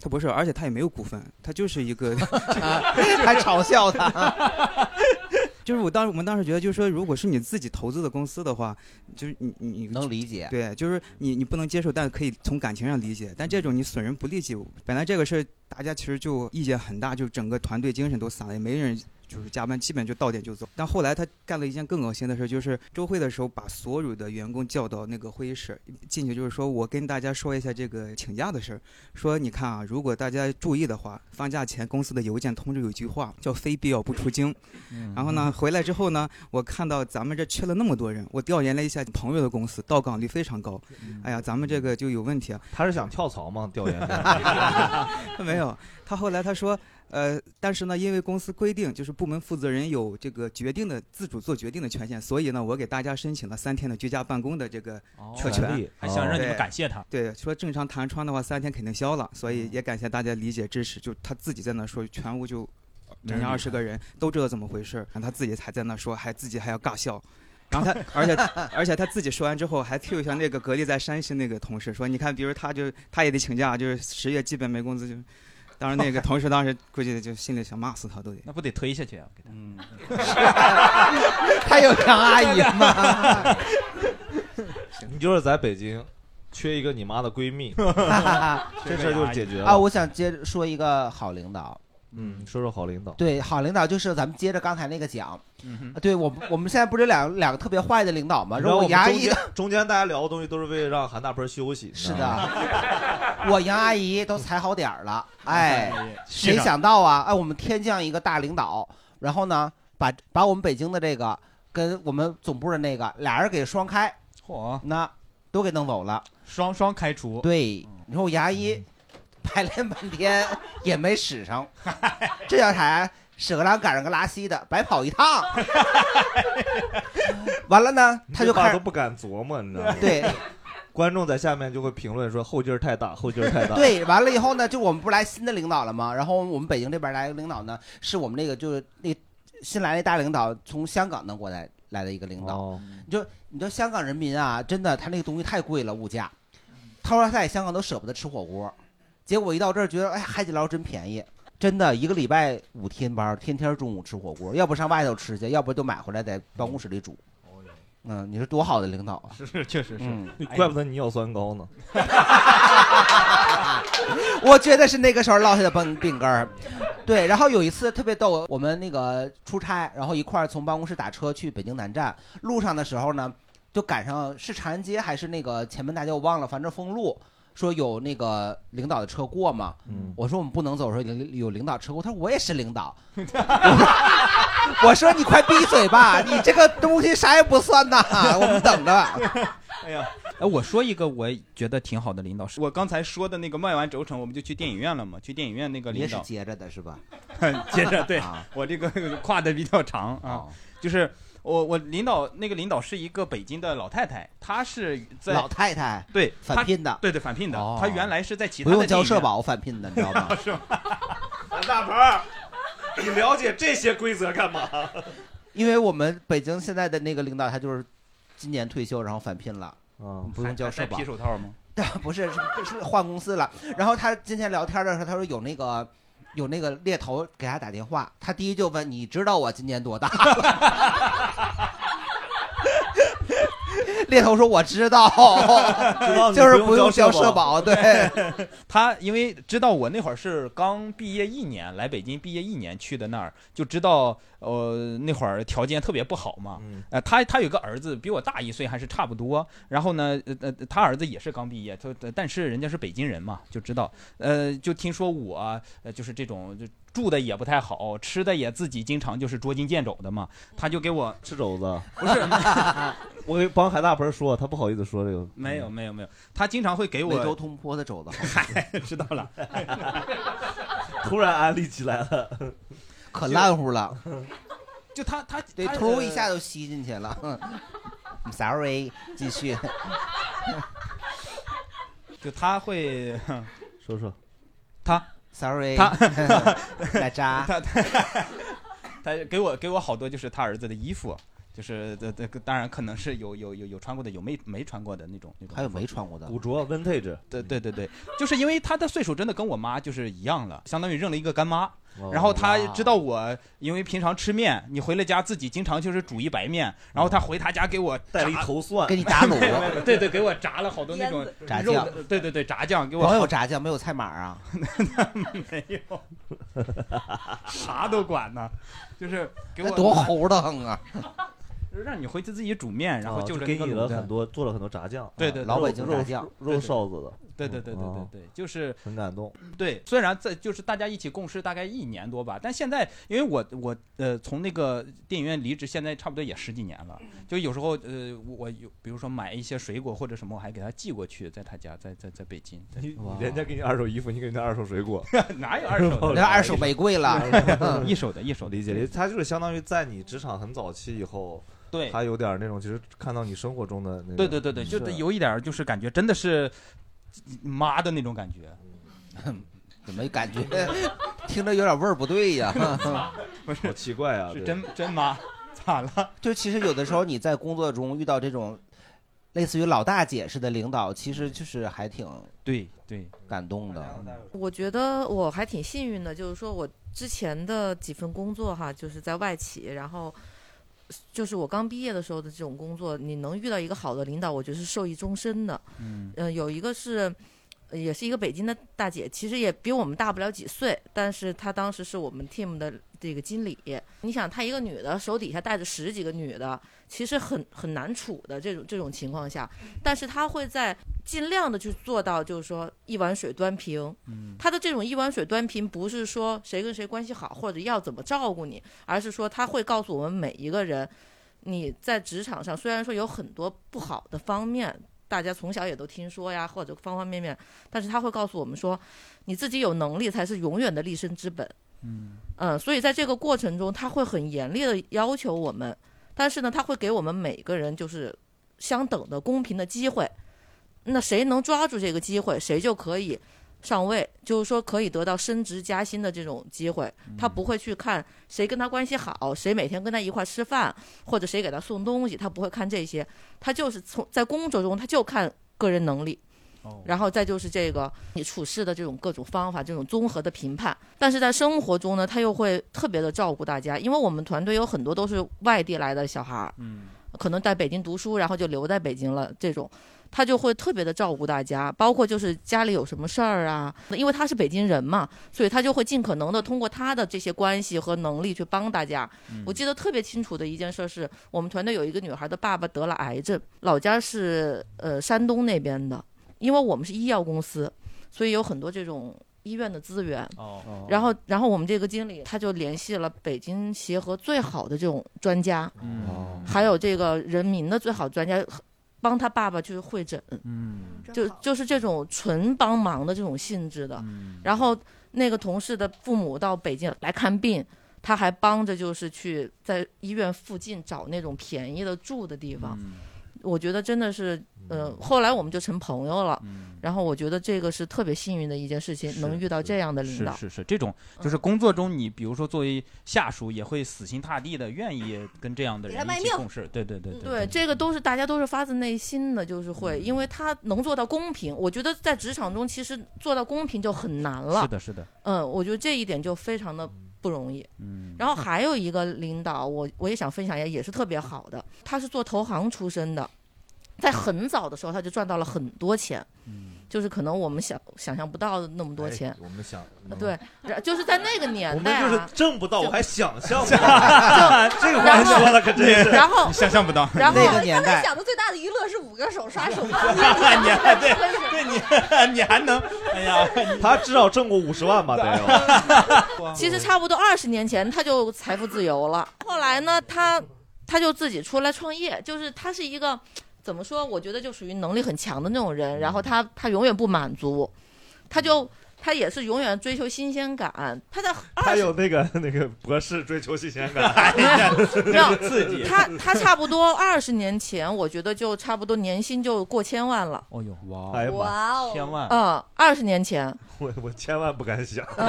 他不是，而且他也没有股份，他就是一 个， 啊还嘲笑他。就是我当时我们当时觉得，就是说，如果是你自己投资的公司的话，就是你你你能理解对，就是你你不能接受，但可以从感情上理解。但这种你损人不利己，本来这个事儿大家其实就意见很大，就整个团队精神都散了，也没人就是加班，基本就到点就走。但后来他干了一件更恶心的事，就是周会的时候把所有的员工叫到那个会议室，进去就是说我跟大家说一下这个请假的事儿，说你看啊，如果大家注意的话，放假前公司的邮件通知有句话叫非必要不出京。嗯然后呢，回来之后呢，我看到咱们这缺了那么多人，我调研了一下朋友的公司，到岗率非常高。哎呀，咱们这个就有问题啊。嗯他是想跳槽吗？调研 没有，他后来他说，呃，但是呢，因为公司规定，就是部门负责人有这个决定的自主做决定的权限，所以呢，我给大家申请了三天的居家办公的这个特权，哦权利还想让你们对感谢啊他对，说正常弹窗的话，三天肯定消了，所嗯以也感谢大家理解支持。就他自己在那说，全屋就人呃真厉家害二啊十个人都知道怎么回事儿，然后他自己还在那说，还自己还要尬笑。 然后他，而且而且他自己说完之后，还 Q 一下那个隔离在山西那个同事，说你看，比如他就他也得请假，就是十月基本没工资就。当时那个同事当时估计就心里想骂死他都得。那不得推下去啊？给他。嗯。还有杨阿姨吗？你就是在北京缺一个你妈的 闺蜜， 这事儿就解决了啊！我想接着说一个好领导，嗯，说说好领导，对，好领导就是咱们接着刚才那个讲，嗯哼啊对我们我们现在不是两两个特别坏的领导吗？你知然道后我我们杨阿中姨间 中间大家聊的东西都是为了让韩大鹏休息，是的， 我杨阿姨都踩好点儿 了，哎哎，谁想到啊？哎，我们天降一个大领导，然后呢，把把我们北京的这个跟我们总部的那个俩人给双开，嚯，那都给弄走了，双双开除。嗯对，你说我杨阿姨排练半天也没使 上，这叫啥？屎壳郎赶上个拉稀的，白跑一趟。完了 呢，他就这话开都始不敢琢磨，你知道吗？对， 观众在下面就会评论说后劲儿太大，后劲 儿太大。对，完了以后呢，就我们不是来新的领导了吗？然后我们北京这边来个领导呢，是我们那个就是那新来那大领导从香港呢过来来的一个领导。哦你就你知道香港人民啊，真的他那个东西太贵了，物价。他说他在香港都舍不得吃火锅，结果一到这儿觉得哎海底捞真便宜。真的，一个礼拜五天班儿，天天中午吃火锅，要不上外头吃去，要不就买回来在办公室里煮。嗯，你说多好的领导啊！哦是确实是哎嗯你怪不得你尿酸高呢。 我觉得是那个时候落下的病病根儿。对，然后有一次特别逗，我们那个出差，然后一块儿从办公室打车去北京南站，路上的时候呢，就赶上是长安街还是那个前门大街，我忘了，反正封路，说有那个领导的车过嘛。嗯，我说我们不能走，说有有领导车过，他说我也是领导。我说你快闭嘴吧，你这个东西啥也不算呐，我们等着吧。哎呀，哎，我说一个我觉得挺好的领导，是我刚才说的那个卖完轴承，我们就去电影院了嘛，去电影院那个你也领是导接着的是吧？ 接着对啊我这个跨的比较长啊，就是我我领导那个领导是一个北京的老太太，她是在老太太对返她聘的对对返聘的，哦她原来是在其他不的用电交影社院保返聘的，你知道吗？是吗？韩大鹏， 你了解这些规则干 嘛？因为我们北京现在的那个领导，他就是今年退休，然后返聘了，嗯，不用交社戴保，皮手套 吗？对，不是，是是换公司了。然后他今天聊天的时候，他说有那个有那个猎头给他打电话，他第一就问你知道我今年多大 了？猎头说我知道， 知道你哦就是不用用交交社社保，保 对。他因为知道我那会儿是刚毕业一年，来北京毕业一年去的那儿，就知道呃那会儿条件特别不好嘛。嗯 呃，他他有个儿子比我大一岁，还是差不多。然后呢，呃呃，他儿子也是刚毕业，他但是人家是北京人嘛，就知道。呃，就听说我呃就是这种就。住的也不太好，吃的也自己经常就是捉襟见肘的嘛，他就给我吃肘子，不 是，我给帮海大鹏说，他不好意思说这个。嗯没有没有没有，他经常会给嗯我美洲通坡的肘子， 嗨，知道了，突然安利起来了，可烂乎了。就他他 对，他头呃一下就吸进去了。I'm 嗯 sorry，继续。 就 他会说说他 sorry， 他奶渣 他他他给我给我好多就是他儿子的衣服，就是这这当然可能是有有有有穿过的，有没没穿过的那种那种。还有没穿过的古着 vintage，嗯对对对对，就是因为他的岁数真的跟我妈就是一样了，相当于认了一个干妈。然后他知道我因为平常吃面，你回了家自己经常就是煮一白面，然后他回他家给我带了一头蒜，给你打卤 对对，给我炸了好多那种炸肉酱的，对对对，炸酱给我光有好炸酱没有菜码 啊？没有，啥都管呢，就是给我那多猴的很啊！就是让你回去自己煮面，然后哦就就是给那个你卤了的很多，做了很多炸酱，对对，啊对肉肉肉肉臊子的，对对对对对嗯对，就是很感动。对，虽然在就是大家一起共事大概一年多吧，但现在因为我我呃从那个电影院离职，现在差不多也十几年了。嗯就有时候呃我我有比如说买一些水果或者什么，我还给他寄过去，在他家，在在在北京。你人家给你二手衣服，你给人家二手水 果，哪有 二手的那二手玫瑰了 一手的一手的理解理解，他就是相当于在你职场很早期以后，对他有点那种，其实看到你生活中的那种，对对对对，就是 有一点儿就是感觉真的是妈的那种感觉。 怎么感觉 听着有点味儿不对呀？不是，好奇怪啊！是对真 真妈，咋了？就其实有的时候你在工作中遇到这种类似于老大姐似的领导，其实就是还挺对对感动的。我觉得我还挺幸运的，就是说我之前的几份工作哈，就是在外企，然后就是我刚毕业的时候的这种工作，你能遇到一个好的领导，我觉得是受益终身的。嗯呃，有一个是，呃也是一个北京的大姐，其实也比我们大不了几岁，但是她当时是我们 team 的这个经理。你想，她一个女的，手底下带着十几个女的，其实很很难处的这种这种情况下，但是她会在尽量的去做到，就是说一碗水端平。嗯她的这种一碗水端平，不是说谁跟谁关系好或者要怎么照顾你，而是说她会告诉我们每一个人，你在职场上虽然说有很多不好的方面，大家从小也都听说呀，或者方方面面，但是他会告诉我们说，你自己有能力才是永远的立身之本。嗯嗯，所以在这个过程中，他会很严厉的要求我们，但是呢，他会给我们每个人就是相等的公平的机会。那谁能抓住这个机会，谁就可以上位，就是说可以得到升职加薪的这种机会。他不会去看谁跟他关系好，谁每天跟他一块儿吃饭，或者谁给他送东西，他不会看这些。他就是从在工作中，他就看个人能力。然后再就是这个你处事的这种各种方法，这种综合的评判。但是在生活中呢，他又会特别的照顾大家，因为我们团队有很多都是外地来的小孩儿，嗯可能在北京读书，然后就留在北京了。这种，他就会特别的照顾大家，包括就是家里有什么事儿啊，因为他是北京人嘛，所以他就会尽可能的通过他的这些关系和能力去帮大家。嗯我记得特别清楚的一件事儿是，我们团队有一个女孩的爸爸得了癌症，老家是呃山东那边的，因为我们是医药公司，所以有很多这种医院的资源。哦然后，然后我们这个经理他就联系了北京协和最好的这种专家，嗯还有这个人民的最好专家，帮他爸爸去会诊，嗯就就是这种纯帮忙的这种性质的。嗯然后那个同事的父母到北京来看病，他还帮着就是去在医院附近找那种便宜的住的地方。嗯我觉得真的是，呃，后来我们就成朋友了。然后我觉得这个是特别幸运的一件事情，能遇到这样的领嗯是导。是是，这种嗯就是工作中，你比如说作为下属，也会死心塌地的愿意跟这样的给他人卖一起命共事。对对对嗯对，对，这个都是大家都是发自内心的，就是会，因为他能做到公平。我觉得在职场中，其实做到公平就很难了。是的，是的，嗯，我觉得这一点就非常的不容易。嗯，然后还有一个领导，我我也想分享一下，也是特别好的，他是做投行出身的，在很早的时候他就赚到了很多钱， 就是可能我们想想象不到的那么 多钱。嗯啊我们想，嗯对，然就是在那个年哎我代、们啊，就是挣不到，我还想象不 到，就这个话说的可真是，然后想象不到，然后刚才想的最大的娱乐是五个手刷手机，你还对对你 你还能，哎呀，他至少挣过五十万吧得有。其实差不多二十年前他就财富自由了。后来呢，他他就自己出来创业，就是他是一个怎么说？我觉得就属于能力很强的那种人。然后他他永远不满足，他就他也是永远追求新鲜感。他在他有那个那个博士追求新鲜 感，哎没有 刺激。他他差不多二十年前，我觉得就差不多年薪就过千万了。哦呦，哇哎呀妈哇哦千万嗯，二十年前，我我千万不敢想。嗯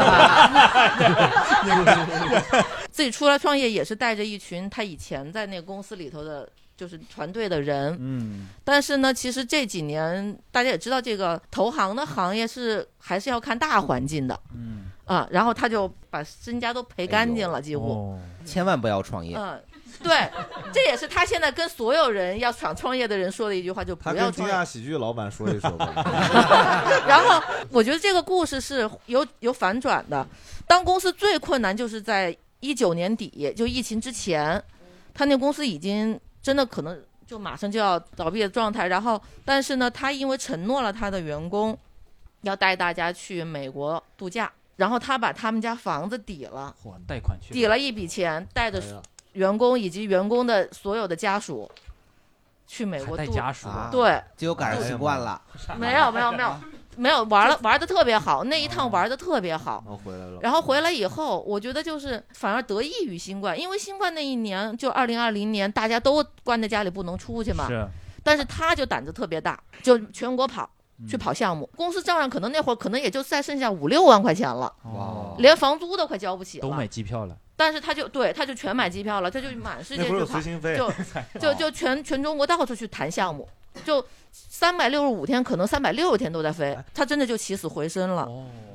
自己出来创业也是带着一群他以前在那个公司里头的，就是团队的人。嗯，但是呢，其实这几年大家也知道，这个投行的行业是还是要看大环境的。嗯啊，然后他就把身家都赔干净了，几哦乎。千万不要创业。嗯，对，这也是他现在跟所有人要想创业的人说的一句话，就他不要跟创惊业。讶喜剧老板说一说吧。 然后我觉得这个故事是有有反转的。当公司最困难就是在一九年底，就疫情之前，他那公司已经真的可能就马上就要倒闭的状态。然后，但是呢，他因为承诺了他的员工，要带大家去美国度假，然后他把他们家房子抵了，贷款去抵了一笔钱，带着哎呀员工以及员工的所有的家属去美国还带度家属啊对，结果赶上新冠了 没有没有没有没有玩了玩的特别好，那一趟玩的特别好。然哦后回来了，然后回来以后，我觉得就是反而得益于新冠，因为新冠那一年就二零二零年，大家都关在家里不能出去嘛。是。但是他就胆子特别大，就全国跑嗯去跑项目，公司账上可能那会儿可能也就再剩下五六万块钱了，哇，连房租都快交不起了。哦都买机票了，但是他就对，他就全买机票了，他就满世界那不去是有跑，随心飞就就哦就全全中国到处去谈项目，就三百六十五天，可能三百六十天都在飞，他真的就起死回生了。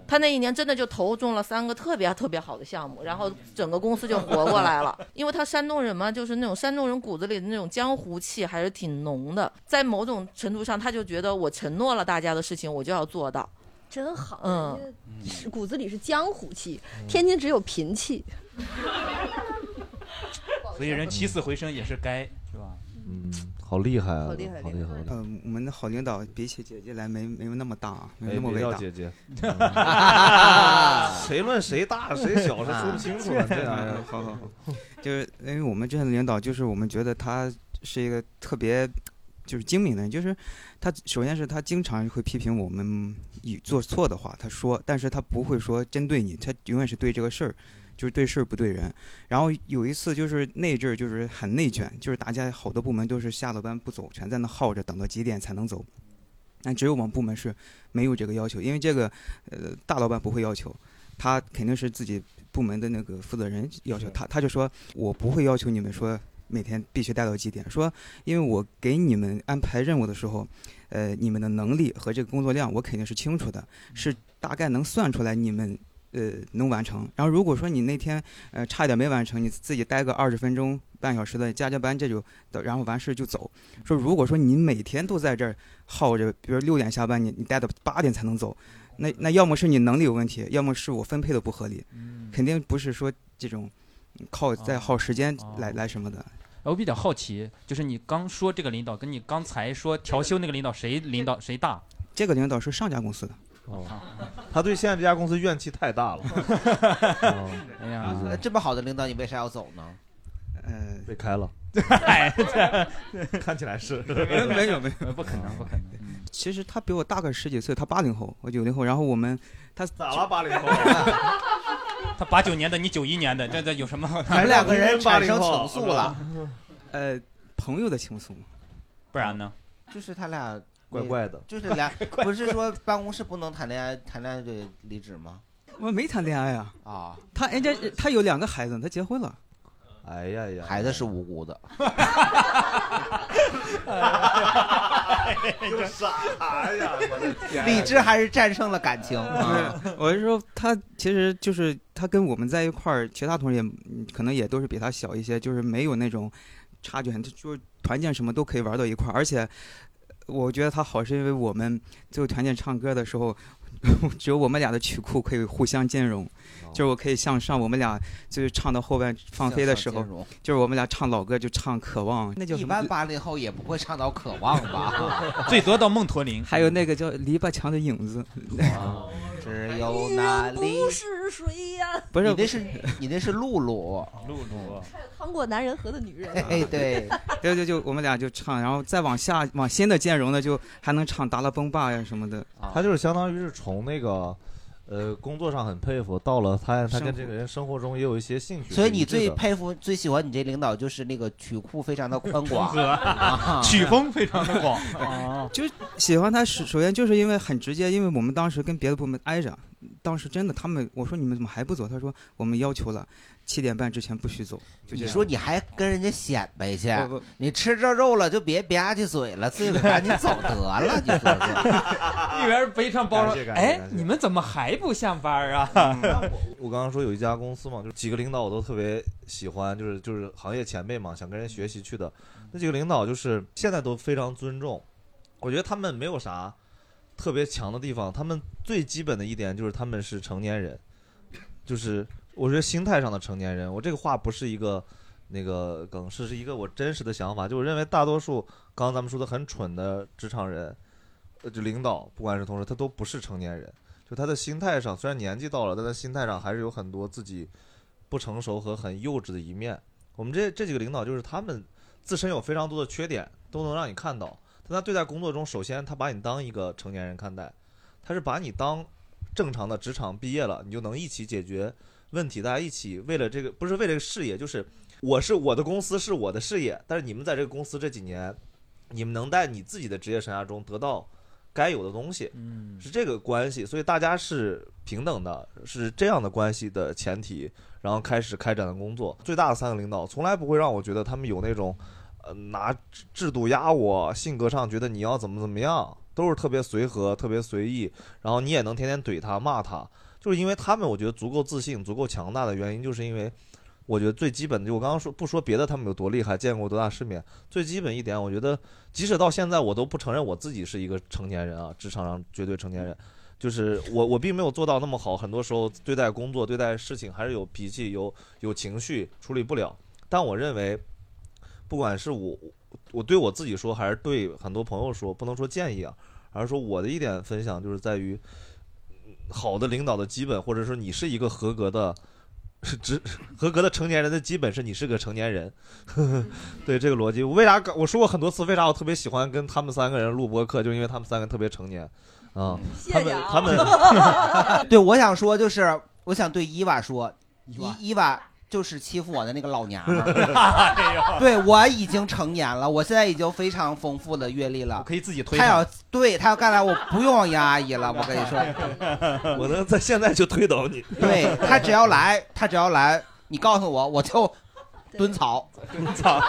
他那一年真的就投中了三个特别特别好的项目，然后整个公司就活过来了。因为他山东人嘛，就是那种山东人骨子里的那种江湖气还是挺浓的，在某种程度上，他就觉得我承诺了大家的事情，我就要做到。真好，嗯人家是骨子里是江湖气，嗯天津只有贫气。所以人起死回生也是该，是吧？嗯，好厉害啊， 好厉害好厉害，嗯、我们的好领导比起姐姐来没没有那么大啊，没有哎那么别伟叫大。姐 姐嗯谁论谁大啊谁小是说不清楚啊的这玩意儿好好好，就是因为我们之前的领导，就是我们觉得他是一个特别就是精明的人，就是他首先是他经常会批评我们以做错的话，他说，但是他不会说针对你，他永远是对这个事儿。就是对事儿不对人，然后有一次就是那阵儿就是很内卷，就是大家好多部门都是下了班不走，全在那耗着，等到几点才能走。但只有我们部门是没有这个要求，因为这个呃大老板不会要求，他肯定是自己部门的那个负责人要求他，他就说我不会要求你们说每天必须待到几点，说因为我给你们安排任务的时候，呃，你们的能力和这个工作量我肯定是清楚的，是大概能算出来你们。呃，能完成。然后如果说你那天呃差一点没完成，你自己待个二十分钟、半小时的加加班，这就然后完事就走。说如果说你每天都在这儿耗着，比如六点下班，你你待到八点才能走，那那要么是你能力有问题，要么是我分配的不合理，肯定不是说这种嗯靠在耗时间来、来什么的。哎我比较好奇，就是你刚说这个领导，跟你刚才说调休那个领导，谁领导谁大？这个领导是上家公司的，哦，啊他对现在这家公司怨气太大了。哦哎呀呃这么好的领导，你为啥要走呢？呃，被开了。哎，看起来是没有没有， 不可能不 可能。其实他比我大个十几岁，他八零后，我九零后。然后我们他咋了？八零后，啊他八九年的，你九一年的，这这有什么？咱们两个人产生情愫 了，呃，朋友的情愫嘛，不然呢？就是他俩怪怪的就是俩不是说办公室不能谈恋爱，谈恋爱就得离职吗？我没谈恋爱啊。啊，他人家他有两个孩子，他结婚了。哎呀呀，孩子是无辜的。有啥呀？我的啊天理智还是战胜了感情。啊不是，我是说他其实就是他跟我们在一块儿，其他同事也嗯可能也都是比他小一些，就是没有那种差距很，就是团建什么都可以玩到一块儿。而且我觉得他好是因为我们最后团建唱歌的时候， 只有我们俩的曲库可以互相兼容，就是我可以向上，我们俩就是唱到后半放飞的时向候上兼容，就是我们俩唱老歌就唱《渴望》，那叫一什般么？八零后也不会唱到渴望 吧？最多到梦驼铃，还有那个叫《篱笆墙的影子》。 只有哪里？是谁呀、不是你那是你那是露露，露露。啊趟过男人河的女人、 哎，对， 对对，就我们俩就唱，然后再往下往新的兼容呢，就还能唱《达拉崩吧》呀什么的。 啊他就是相当于是从那个。呃，工作上很佩服，到了他他生活跟这个人生活中也有一些兴趣，所以你最佩服、最喜欢你这领导就是那个曲库非常的宽广重合，啊曲风非常的广， 就是喜欢他，首首先就是因为很直接，因为我们当时跟别的部门挨着，当时真的，他们我说你们怎么还不走？他说我们要求了，七点半之前不许走。就你说你还跟人家显摆去不不？你吃着肉了就别吧唧嘴了，自己赶紧走得 了。你说一边背上包感谢上，感谢哎感，谢你们怎么还不下班啊？嗯我刚刚说有一家公司嘛，就是几个领导我都特别喜欢，就是就是行业前辈嘛，想跟人学习去的。那几个领导就是现在都非常尊重，我觉得他们没有啥特别强的地方，他们最基本的一点就是他们是成年人，就是我觉得心态上的成年人。我这个话不是一个那个梗，是是一个我真实的想法，就我认为大多数刚刚咱们说的很蠢的职场人，呃，就领导不管是同事，他都不是成年人，就他的心态上虽然年纪到了，但他心态上还是有很多自己不成熟和很幼稚的一面。我们这这几个领导就是他们自身有非常多的缺点，都能让你看到。但他对待工作中，首先他把你当一个成年人看待，他是把你当正常的职场毕业了，你就能一起解决问题，大家一起为了这个不是为了事业，就是我是我的公司是我的事业，但是你们在这个公司这几年，你们能在你自己的职业生涯中得到该有的东西，嗯，是这个关系，所以大家是平等的，是这样的关系的前提，然后开始开展的工作。最大的三个领导从来不会让我觉得他们有那种，呃，拿制制度压我，性格上觉得你要怎么怎么样，都是特别随和、特别随意，然后你也能天天怼他、骂他，就是因为他们我觉得足够自信、足够强大的原因，就是因为。我觉得最基本的，就我刚刚说不说别的，他们有多厉害，见过多大世面，最基本一点，我觉得即使到现在，我都不承认我自己是一个成年人啊，职场上绝对成年人，就是我我并没有做到那么好，很多时候对待工作、对待事情还是有脾气、有有情绪，处理不了。但我认为，不管是我我对我自己说，还是对很多朋友说，不能说建议啊，而是说我的一点分享就是在于，好的领导的基本，或者说你是一个合格的。 是职 合格的成年人的基本是你是个成年人， 对这个逻辑。我为啥搞我说过很多次，为啥我特别喜欢跟他们三个人录播客，就是因为他们三个特别成年啊。他们他们对，我想说就是，我想对伊娃说，伊伊娃就是欺负我的那个老娘们 哎儿。对我已经成年了，我现在已经非常丰富的阅历了，可以自己推他她要对他要干啥，我不用杨阿姨了，我跟你说， 我能在现在就推倒你。 对他只要来，他只要来，你告诉我，我就蹲草，蹲草，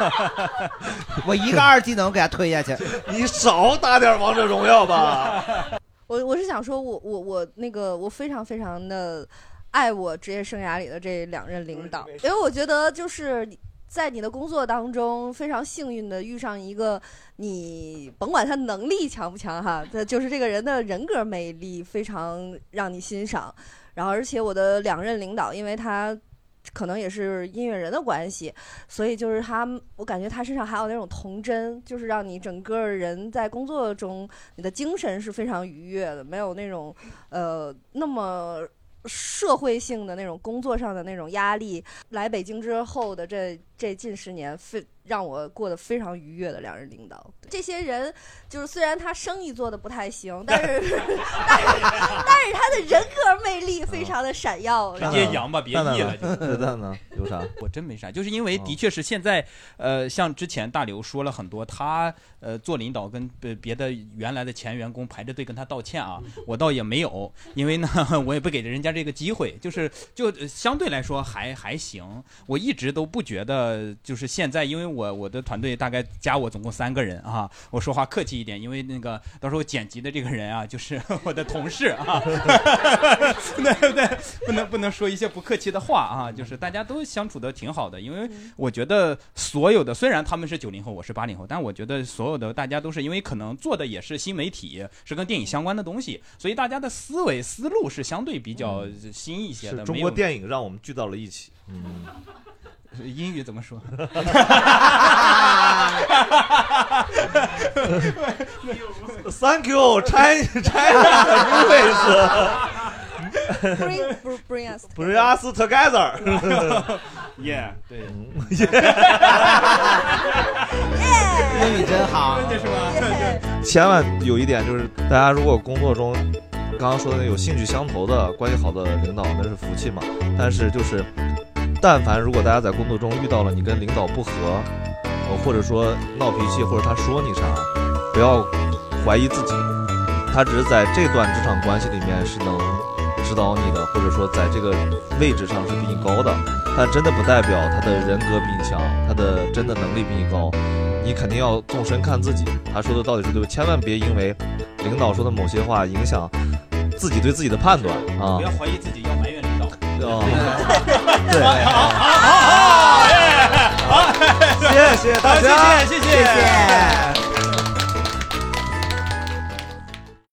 我一个二技能给他推下去。你少打点王者荣耀吧。 我我是想说我，我我那个我非常非常的爱我职业生涯里的这两任领导，因为我觉得就是你在你的工作当中非常幸运的遇上一个你甭管他能力强不强哈，他就是这个人的人格魅力非常让你欣赏。然后而且我的两任领导，因为他可能也是音乐人的关系，所以就是他，我感觉他身上还有那种童真，就是让你整个人在工作中，你的精神是非常愉悦的，没有那种呃那么社会性的那种工作上的那种压力。来北京之后的这这近十年，非让我过得非常愉悦的两人领导。这些人就是虽然他生意做的不太行，但是 但是但是他的人格魅力非常的闪 耀。然后别扬吧，别蛋蛋腻了呢。 蛋蛋呢？有啥？哦我真没啥，就是因为的确是现在，呃，像之前大刘说了很多，他呃做领导跟别别的原来的前员工排着队跟他道歉啊，我倒也没有，因为呢 我也不给人家这个机会，就是就呃相对来说还还行，我一直都不觉得就是现在，因为我我的团队大概加我总共三个人啊，我说话客气一点，因为那个到时候剪辑的这个人啊，就是 我的同事啊， 对不对？ 不能不能说一些不客气的话啊，就是大家都相处的挺好的，因为我觉得所有的虽然他们是九零后，我是八零后，但我觉得所有的大家都是因为可能做的也是新媒体，是跟电影相关的东西，所以大家的思维思路是相对比较新一些的。是中没国有电影让我们聚到了一起。嗯， 英语怎 么说？ Thank you, China, China, Bring bring us bring us together. Yeah，对，英语真好，真的是吗？千万有一点就是，大家如果工作中刚刚说的那有兴趣相投的、关系好的领导，那是福气嘛。但是就是，但凡如果大家在工作中遇到了你跟领导不和，呃或者说闹脾气，或者他说你啥，不要怀疑自己，他只是在这段职场关系里面是能值指导你的，或者说在这个位置上是比你高的，但真的不代表他的人格比你强，他的真的能力比你高。你肯定要纵深看自己，他说的到底是对不对，千万别因为领导说的某些话影响自己对自己的判断啊不。要怀疑自己，要埋怨领导。哦对，好好好好，哎好，谢谢大家谢谢谢谢。